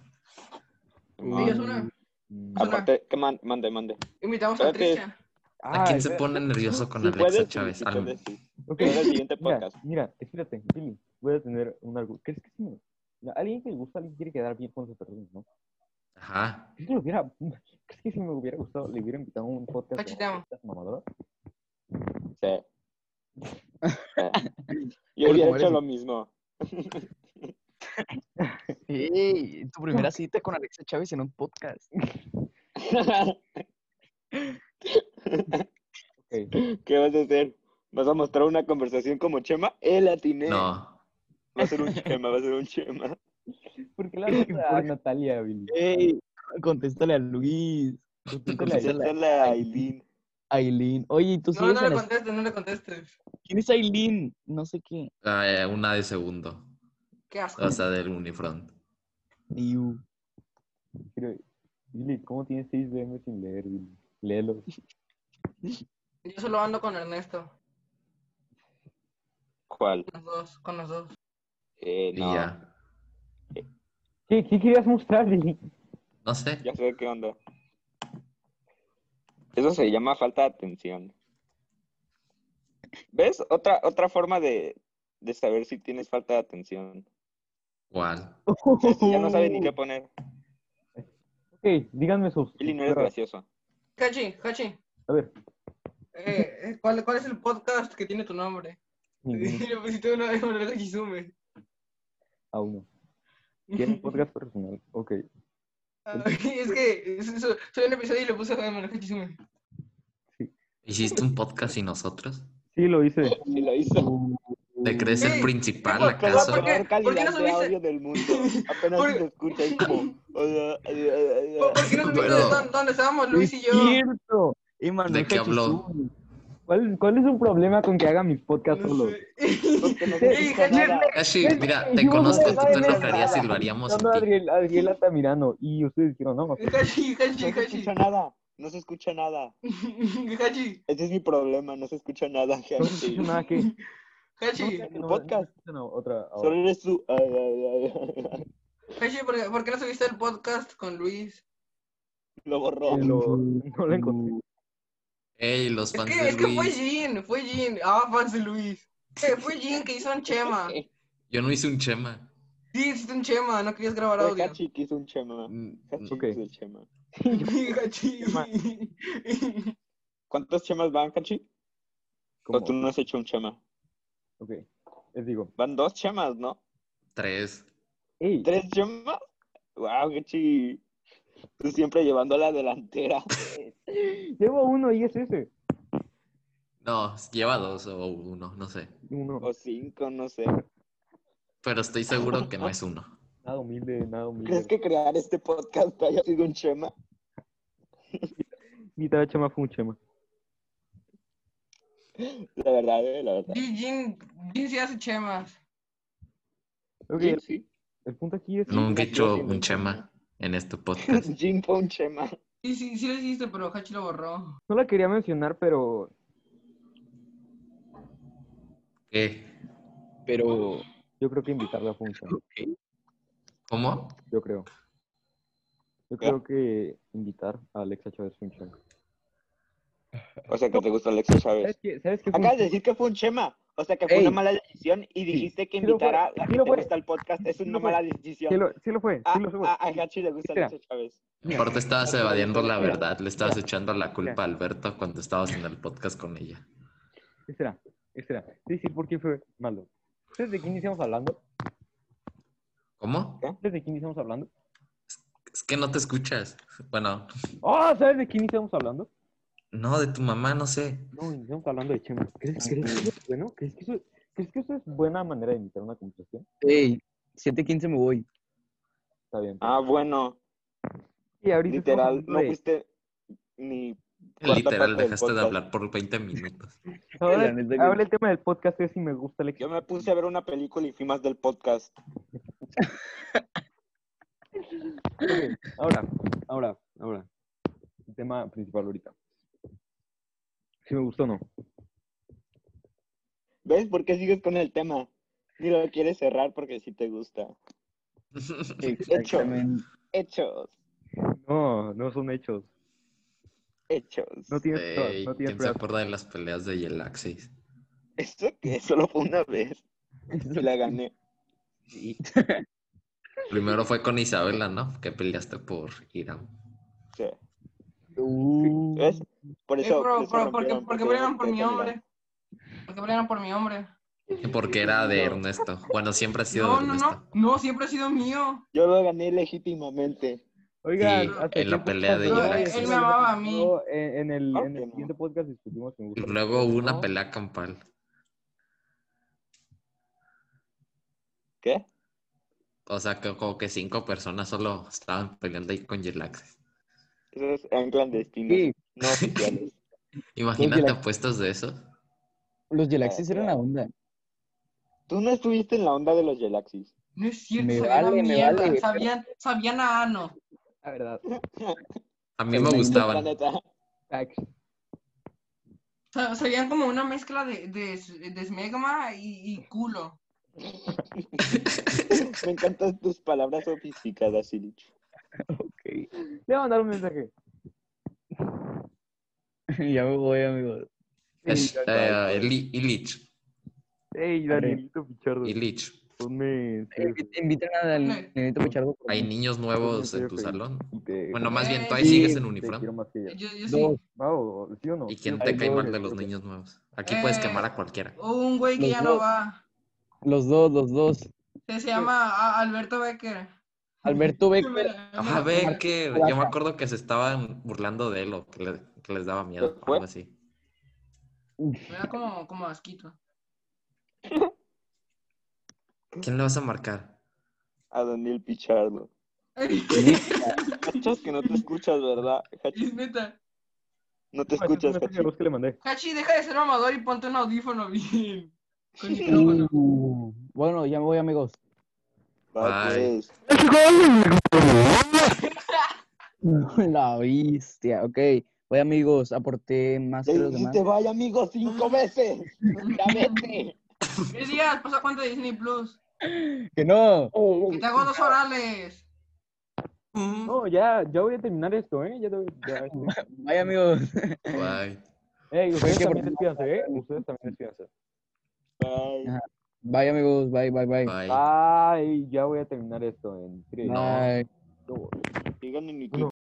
[SPEAKER 1] Simón.
[SPEAKER 13] Ellos una.
[SPEAKER 3] Mm,
[SPEAKER 13] Una-
[SPEAKER 1] Aparte, que man- mande, mande.
[SPEAKER 13] Invitamos a
[SPEAKER 1] Espérate.
[SPEAKER 13] Trisha.
[SPEAKER 2] ¿A
[SPEAKER 3] Ah,
[SPEAKER 2] quién se
[SPEAKER 3] espera.
[SPEAKER 2] pone nervioso con
[SPEAKER 1] Si
[SPEAKER 2] Alexa
[SPEAKER 1] puedes,
[SPEAKER 2] Chávez?
[SPEAKER 1] sí,
[SPEAKER 2] Al-
[SPEAKER 1] si puedes, sí.
[SPEAKER 3] Ok.
[SPEAKER 1] Para el siguiente
[SPEAKER 3] Mira,
[SPEAKER 1] podcast.
[SPEAKER 3] mira, espérate, Billy, voy a tener un argumento. ¿Crees que sí? no? Alguien que le gusta, alguien quiere quedar bien con esa persona, ¿no?
[SPEAKER 2] Ajá.
[SPEAKER 3] ¿Crees que, le hubiera... ¿Crees que si me hubiera gustado, le hubiera invitado a un podcast
[SPEAKER 13] Achitao.
[SPEAKER 3] estas mamadoras?
[SPEAKER 1] Sí. Yo
[SPEAKER 4] Por
[SPEAKER 1] había
[SPEAKER 4] comer
[SPEAKER 1] eh, hecho
[SPEAKER 4] eso.
[SPEAKER 1] lo mismo.
[SPEAKER 4] Ey, tu primera cita con Alexa Chávez en un podcast.
[SPEAKER 1] ¿Qué vas a hacer? ¿Vas a mostrar una conversación como Chema? ¡Eh, la atiné!
[SPEAKER 2] No,
[SPEAKER 1] Va a ser un Chema, va a ser un Chema.
[SPEAKER 3] ¿Por qué la notas a Natalia, Billy?
[SPEAKER 4] Ey, contéstale a Luis.
[SPEAKER 3] Contéstale a
[SPEAKER 4] Contéstale
[SPEAKER 1] Contéstale a Aileen.
[SPEAKER 4] a Aileen. Oye, ¿y ¿tú
[SPEAKER 13] No,
[SPEAKER 4] sigues
[SPEAKER 13] no
[SPEAKER 4] en
[SPEAKER 13] le
[SPEAKER 4] la-
[SPEAKER 13] contestes, no le contestes.
[SPEAKER 4] ¿Quién es Aileen? No sé qué.
[SPEAKER 2] eh, una de segundo.
[SPEAKER 13] Qué asco.
[SPEAKER 2] O sea, del Unifront.
[SPEAKER 4] Diu.
[SPEAKER 3] Pero, Billy, ¿cómo tienes seis DM sin leer, Billy? Léelos.
[SPEAKER 13] Yo solo ando con Ernesto.
[SPEAKER 1] ¿Cuál?
[SPEAKER 13] Con los dos, con los dos.
[SPEAKER 1] Eh,
[SPEAKER 2] Y
[SPEAKER 1] no. Ya.
[SPEAKER 2] ya.
[SPEAKER 3] ¿Qué, ¿Qué querías mostrar, Billy?
[SPEAKER 2] No sé.
[SPEAKER 1] sé qué onda. Eso se llama falta de atención. ¿Ves? Otra, otra forma de, de saber si tienes falta de atención.
[SPEAKER 2] ¿Cuál?
[SPEAKER 1] Ya, ya no sabe ni qué poner.
[SPEAKER 3] Ok, díganme sus.
[SPEAKER 1] Billy, no eres
[SPEAKER 3] pero,
[SPEAKER 1] gracioso.
[SPEAKER 13] Hachi, Hachi.
[SPEAKER 3] A ver,
[SPEAKER 13] eh, eh, ¿cuál, ¿Cuál es el podcast que tiene tu nombre? pues,
[SPEAKER 3] ninguno
[SPEAKER 13] Le pusiste una vez Manuel Kisume.
[SPEAKER 3] a uno. ¿Quieres podcast personal? Ok.
[SPEAKER 13] Ay, Ah, es que es- es- soy un episodio y le puse a Manuel Kisume.
[SPEAKER 2] ¿Hiciste un podcast y nosotros?
[SPEAKER 3] Sí, lo hice.
[SPEAKER 1] Sí lo hizo.
[SPEAKER 2] ¿Te crees el
[SPEAKER 13] Ey,
[SPEAKER 2] principal
[SPEAKER 13] ¿qué
[SPEAKER 1] Con la
[SPEAKER 2] acaso?
[SPEAKER 13] ¿Por qué?
[SPEAKER 1] peor calidad
[SPEAKER 13] ¿Por qué no
[SPEAKER 1] de
[SPEAKER 13] subiste?
[SPEAKER 1] audio del mundo. Apenas
[SPEAKER 13] ¿Por-
[SPEAKER 1] se escucha y como... hola, hola, hola.
[SPEAKER 13] ¿Por por qué no supiste
[SPEAKER 2] Pero-
[SPEAKER 13] de dónde, dónde estábamos Luis y
[SPEAKER 4] Es
[SPEAKER 13] yo?
[SPEAKER 4] cierto. Emanuel
[SPEAKER 2] ¿De qué habló?
[SPEAKER 4] Hachizumi.
[SPEAKER 3] ¿Cuál, ¿Cuál es su problema con que haga mis podcasts
[SPEAKER 13] No
[SPEAKER 3] solo?
[SPEAKER 13] sé.
[SPEAKER 1] Porque no se
[SPEAKER 13] Ey,
[SPEAKER 1] escucha
[SPEAKER 13] Hachi,
[SPEAKER 1] nada.
[SPEAKER 2] Ashi,
[SPEAKER 3] Es-
[SPEAKER 2] Eh, mira, te
[SPEAKER 3] hicimos
[SPEAKER 2] conozco,
[SPEAKER 3] una
[SPEAKER 2] tú te
[SPEAKER 3] idea
[SPEAKER 2] enojarías
[SPEAKER 3] nada.
[SPEAKER 2] si lo haríamos
[SPEAKER 3] Yo no,
[SPEAKER 2] sin ti.
[SPEAKER 3] Adriel, Adriel Altamirano. Y ustedes dijeron, no, ok.
[SPEAKER 13] Hachi, Hachi,
[SPEAKER 1] No se
[SPEAKER 13] Hachi.
[SPEAKER 1] escucha nada. No se escucha nada.
[SPEAKER 13] Hachi,
[SPEAKER 1] Ese es mi problema. No se escucha nada,
[SPEAKER 3] no se
[SPEAKER 1] gente.
[SPEAKER 3] escucha nada que.
[SPEAKER 13] Hachi,
[SPEAKER 1] El
[SPEAKER 3] No,
[SPEAKER 1] podcast.
[SPEAKER 3] no se escucha nada, otra.
[SPEAKER 1] Solo
[SPEAKER 3] ahora.
[SPEAKER 1] eres tú. Ay, ay, ay, ay.
[SPEAKER 13] Hachi, ¿por, qué- por qué no subiste el podcast con Luis?
[SPEAKER 1] Lo borró.
[SPEAKER 3] Eh, lo- no lo encontré.
[SPEAKER 2] Ey, los
[SPEAKER 13] Es
[SPEAKER 2] fans
[SPEAKER 13] que,
[SPEAKER 2] de
[SPEAKER 13] es que fue
[SPEAKER 2] Luis.
[SPEAKER 13] Jean, fue Jean. Ah, fans de Luis. Eh, fue Jean que hizo un chema.
[SPEAKER 2] Yo no hice un chema.
[SPEAKER 13] Sí, hiciste un chema, no querías grabar
[SPEAKER 1] Fue
[SPEAKER 13] audio.
[SPEAKER 1] Hachi que hizo un chema.
[SPEAKER 2] Mm,
[SPEAKER 1] Hachi
[SPEAKER 3] Ok.
[SPEAKER 1] hizo el chema.
[SPEAKER 13] Hachi.
[SPEAKER 1] ¿Cuántos chemas van, Hachi?
[SPEAKER 3] ¿Cómo?
[SPEAKER 1] ¿O tú no has hecho un chema?
[SPEAKER 3] Ok. Les digo,
[SPEAKER 1] Van dos chemas, ¿no?
[SPEAKER 2] Tres.
[SPEAKER 3] hey,
[SPEAKER 1] ¿Tres chemas? ¡Wow, Hachi! Tú siempre llevando a la delantera.
[SPEAKER 3] llevo uno y es ese.
[SPEAKER 2] No, lleva dos o uno, no sé.
[SPEAKER 3] Uno.
[SPEAKER 1] O cinco, no sé.
[SPEAKER 2] Pero estoy seguro que no es uno.
[SPEAKER 3] Nada humilde, nada humilde.
[SPEAKER 1] ¿Crees que crear este podcast haya sido un chema?
[SPEAKER 3] Mitad de chema fue un chema.
[SPEAKER 1] La verdad, eh, la verdad.
[SPEAKER 13] Sí, Jean, Jean sí hace chemas.
[SPEAKER 3] Ok,
[SPEAKER 1] Jin,
[SPEAKER 3] el,
[SPEAKER 1] sí.
[SPEAKER 3] el punto aquí es.
[SPEAKER 2] Nunca he
[SPEAKER 1] nació
[SPEAKER 2] hecho
[SPEAKER 1] haciendo
[SPEAKER 2] un
[SPEAKER 1] un
[SPEAKER 2] chema
[SPEAKER 1] chema.
[SPEAKER 2] en este podcast.
[SPEAKER 1] Jin fue un chema.
[SPEAKER 13] Sí, sí, sí lo hiciste, pero Hachi lo borró.
[SPEAKER 3] No la quería mencionar, pero.
[SPEAKER 2] ¿Qué?
[SPEAKER 4] Pero.
[SPEAKER 3] Yo creo que invitarla fue un chema.
[SPEAKER 2] ¿Cómo?
[SPEAKER 3] Yo creo. Yo creo que invitar a Alexa Chávez fue un chema.
[SPEAKER 1] O sea, que te gusta Alexa Chávez.
[SPEAKER 3] ¿Sabes qué? ¿Sabes qué fue un
[SPEAKER 1] Acabas de decir que fue un chema. O sea, que fue
[SPEAKER 3] Ey.
[SPEAKER 1] una mala decisión y dijiste que
[SPEAKER 3] Sí lo fue,
[SPEAKER 1] invitar a la
[SPEAKER 3] sí
[SPEAKER 1] gente
[SPEAKER 3] lo
[SPEAKER 1] que
[SPEAKER 3] fue.
[SPEAKER 1] te gusta el podcast es
[SPEAKER 3] Sí
[SPEAKER 1] una
[SPEAKER 3] lo fue.
[SPEAKER 1] mala
[SPEAKER 3] Sí
[SPEAKER 1] decisión.
[SPEAKER 3] lo, sí lo fue,
[SPEAKER 1] A,
[SPEAKER 3] sí lo fue.
[SPEAKER 1] a, a Hachi le gusta
[SPEAKER 3] Mira.
[SPEAKER 1] Alexa Chávez.
[SPEAKER 2] Aparte estabas
[SPEAKER 1] Hachi le
[SPEAKER 2] evadiendo
[SPEAKER 1] gusta
[SPEAKER 2] la
[SPEAKER 1] Alexa
[SPEAKER 2] verdad, le estabas
[SPEAKER 3] Mira.
[SPEAKER 2] echando la culpa a Alberto cuando estabas en el podcast con ella.
[SPEAKER 3] Espera, espera. Te voy a decir por qué fue malo. ¿Sabes de quién iniciamos hablando?
[SPEAKER 2] ¿Cómo?
[SPEAKER 3] ¿Sabes de quién iniciamos hablando?
[SPEAKER 2] Es que no te escuchas. Bueno,
[SPEAKER 3] ¡Ah! ¿Sabes de quién iniciamos hablando?
[SPEAKER 2] no, de tu mamá, no sé.
[SPEAKER 3] No, iniciamos hablando de Chema. ¿Crees,
[SPEAKER 1] Ah,
[SPEAKER 3] crees que eso es bueno? ¿Crees que eso, ¿Crees que eso es buena manera de iniciar una conversación?
[SPEAKER 7] Ey, 7.15 me voy.
[SPEAKER 3] Está bien.
[SPEAKER 1] Ah, bueno.
[SPEAKER 3] Y ahorita estamos
[SPEAKER 1] Literal,
[SPEAKER 3] hablando
[SPEAKER 1] no
[SPEAKER 3] de-
[SPEAKER 1] fuiste ni cuarta
[SPEAKER 2] Literal,
[SPEAKER 1] parte del
[SPEAKER 2] dejaste de
[SPEAKER 1] podcast.
[SPEAKER 2] hablar por 20 minutos.
[SPEAKER 3] Ahora,
[SPEAKER 7] La neta que-
[SPEAKER 3] ahora el tema del podcast es si me gusta Alexa.
[SPEAKER 1] Yo me puse a ver una película y fui más del podcast.
[SPEAKER 3] Ok, ahora, ahora, ahora. El tema principal ahorita. Si me gustó o no.
[SPEAKER 1] ¿Ves por qué sigues con el tema? Ni lo quieres cerrar porque sí te gusta.
[SPEAKER 7] Exactamente.
[SPEAKER 1] Hechos,
[SPEAKER 3] No, no son hechos.
[SPEAKER 1] hechos.
[SPEAKER 3] No tienes pruebas,
[SPEAKER 2] Ey,
[SPEAKER 3] no
[SPEAKER 2] ¿Quién
[SPEAKER 3] tienes
[SPEAKER 2] se
[SPEAKER 3] pruebas.
[SPEAKER 2] acuerda de las peleas de Yelaxis?
[SPEAKER 1] Eso que solo fue una vez y la gané.
[SPEAKER 2] Primero fue con Isabela, ¿no? Que peleaste por Irán.
[SPEAKER 1] Sí.
[SPEAKER 7] Uh,
[SPEAKER 1] ¿Ves? Por
[SPEAKER 13] Eh,
[SPEAKER 1] eso.
[SPEAKER 13] pero,
[SPEAKER 1] por eso
[SPEAKER 2] Uh,
[SPEAKER 13] pero, ¿por qué,
[SPEAKER 1] rompieron,
[SPEAKER 13] Eh, por
[SPEAKER 1] porque
[SPEAKER 13] qué
[SPEAKER 1] yo
[SPEAKER 13] pelearon por
[SPEAKER 1] me
[SPEAKER 13] mi
[SPEAKER 1] quedé con Irán.
[SPEAKER 13] hombre? qué pelearon por mi hombre?
[SPEAKER 2] Porque era de Ernesto. Bueno, siempre ha sido
[SPEAKER 13] No,
[SPEAKER 2] de
[SPEAKER 13] no,
[SPEAKER 2] Ernesto.
[SPEAKER 13] no. No, siempre ha sido mío.
[SPEAKER 1] Yo lo gané legítimamente.
[SPEAKER 3] Oiga,
[SPEAKER 2] Sí,
[SPEAKER 3] ¿hasta
[SPEAKER 2] en la
[SPEAKER 3] qué
[SPEAKER 2] pelea
[SPEAKER 3] podcast
[SPEAKER 2] de
[SPEAKER 3] llegamos?
[SPEAKER 2] Yorax.
[SPEAKER 13] Él me amaba a mí.
[SPEAKER 3] No, en, en el,
[SPEAKER 1] Claro
[SPEAKER 3] en el
[SPEAKER 1] que no.
[SPEAKER 3] siguiente podcast discutimos que me
[SPEAKER 2] Y
[SPEAKER 3] gusta.
[SPEAKER 2] luego hubo una
[SPEAKER 3] ¿no?
[SPEAKER 2] pelea campal.
[SPEAKER 1] ¿Qué?
[SPEAKER 2] O sea, que como que cinco personas solo estaban peleando ahí con Yelax.
[SPEAKER 1] Eso es en clandestino.
[SPEAKER 4] Sí.
[SPEAKER 1] No oficiales.
[SPEAKER 2] Imagínate
[SPEAKER 4] Yelax.
[SPEAKER 2] apuestas de eso.
[SPEAKER 4] Los Galaxies eran la onda.
[SPEAKER 1] Tú no estuviste en la onda de los Galaxies.
[SPEAKER 13] No es cierto,
[SPEAKER 4] Me
[SPEAKER 13] sabían
[SPEAKER 4] vale,
[SPEAKER 13] a
[SPEAKER 4] me
[SPEAKER 13] mierda.
[SPEAKER 4] vale.
[SPEAKER 13] Sabían, sabían a ano.
[SPEAKER 3] La verdad.
[SPEAKER 2] A mí me
[SPEAKER 4] Ahí me
[SPEAKER 1] La
[SPEAKER 2] gustaban.
[SPEAKER 1] neta.
[SPEAKER 3] Facts.
[SPEAKER 13] Sa- Sabían como una mezcla de, de, de smegma y, y culo.
[SPEAKER 1] Me encantan tus palabras sofisticadas, Silich.
[SPEAKER 4] Ok.
[SPEAKER 3] Le voy a mandar un mensaje.
[SPEAKER 4] ya me voy, amigos.
[SPEAKER 2] Es- eh, Ili- Illich.
[SPEAKER 3] Ey, Danielito Pichardo.
[SPEAKER 2] Illich.
[SPEAKER 3] Ponme.
[SPEAKER 2] Eh,
[SPEAKER 4] Invitan a Danielito Pichardo. por
[SPEAKER 2] ¿Hay
[SPEAKER 4] favor.
[SPEAKER 2] niños nuevos en tu salón?
[SPEAKER 3] Te-
[SPEAKER 2] eh, Bueno, más bien, ¿tú ahí
[SPEAKER 13] Sí,
[SPEAKER 2] sigues en
[SPEAKER 3] te
[SPEAKER 2] uniforme?
[SPEAKER 3] quiero más que ella.
[SPEAKER 13] Yo, yo sí.
[SPEAKER 4] Dos.
[SPEAKER 3] Vau, ¿sí o no?
[SPEAKER 2] ¿Y quién
[SPEAKER 3] Sí,
[SPEAKER 2] te
[SPEAKER 3] no,
[SPEAKER 2] cae
[SPEAKER 3] no,
[SPEAKER 2] mal
[SPEAKER 3] no,
[SPEAKER 2] de los
[SPEAKER 3] creo que-
[SPEAKER 2] niños nuevos? Aquí puedes
[SPEAKER 13] Eh,
[SPEAKER 2] quemar a cualquiera.
[SPEAKER 13] Hubo un güey que
[SPEAKER 4] Los
[SPEAKER 13] ya no
[SPEAKER 4] dos.
[SPEAKER 13] va.
[SPEAKER 4] Los dos, los dos.
[SPEAKER 13] Se, se llama A- Alberto Becker.
[SPEAKER 4] Alberto
[SPEAKER 13] Me
[SPEAKER 4] Becker.
[SPEAKER 13] la- me
[SPEAKER 2] Ah,
[SPEAKER 13] la-
[SPEAKER 2] ve que yo me
[SPEAKER 4] Plaza.
[SPEAKER 2] acuerdo que se estaban burlando de él o que, le- que les daba miedo o
[SPEAKER 14] ¿Fue?
[SPEAKER 2] algo así.
[SPEAKER 13] me da como, como asquito.
[SPEAKER 2] ¿Quién le vas a marcar?
[SPEAKER 1] A Daniel Pichardo.
[SPEAKER 13] es
[SPEAKER 1] Hachas que no te escuchas, ¿verdad? Hachas,
[SPEAKER 13] neta.
[SPEAKER 1] no te
[SPEAKER 3] Ah, ese es un
[SPEAKER 1] escuchas,
[SPEAKER 3] mensaje de
[SPEAKER 1] Hachas.
[SPEAKER 3] voz que le mandé.
[SPEAKER 13] Hachi, deja de ser mamador y ponte un audífono bien. Con micrófono.
[SPEAKER 4] Uh, bueno, ya me voy, amigos.
[SPEAKER 1] Va,
[SPEAKER 2] Bye.
[SPEAKER 1] pues.
[SPEAKER 4] La bestia, ok. Voy, amigos, aporté más
[SPEAKER 1] Ya
[SPEAKER 4] que los demás.
[SPEAKER 1] dijiste, vaya, amigo, cinco veces. Ya vete.
[SPEAKER 13] Tres días, pasa cuenta de Disney Plus.
[SPEAKER 4] Que no.
[SPEAKER 13] Que te hago dos orales.
[SPEAKER 3] No, ya, ya voy a terminar esto, ¿eh? Ya, te- ya, este.
[SPEAKER 4] Vaya, amigos.
[SPEAKER 2] Bye.
[SPEAKER 3] Ey, ustedes
[SPEAKER 4] que
[SPEAKER 3] también
[SPEAKER 4] por-
[SPEAKER 3] despídanse, ¿eh? Ustedes también despídanse.
[SPEAKER 1] Bye.
[SPEAKER 4] Bye, amigos. Bye, bye, bye.
[SPEAKER 2] Bye.
[SPEAKER 3] Ay, ya voy a terminar esto en tres,
[SPEAKER 2] No.
[SPEAKER 4] Bye.
[SPEAKER 3] dos,
[SPEAKER 1] Sigan en mi
[SPEAKER 3] uno.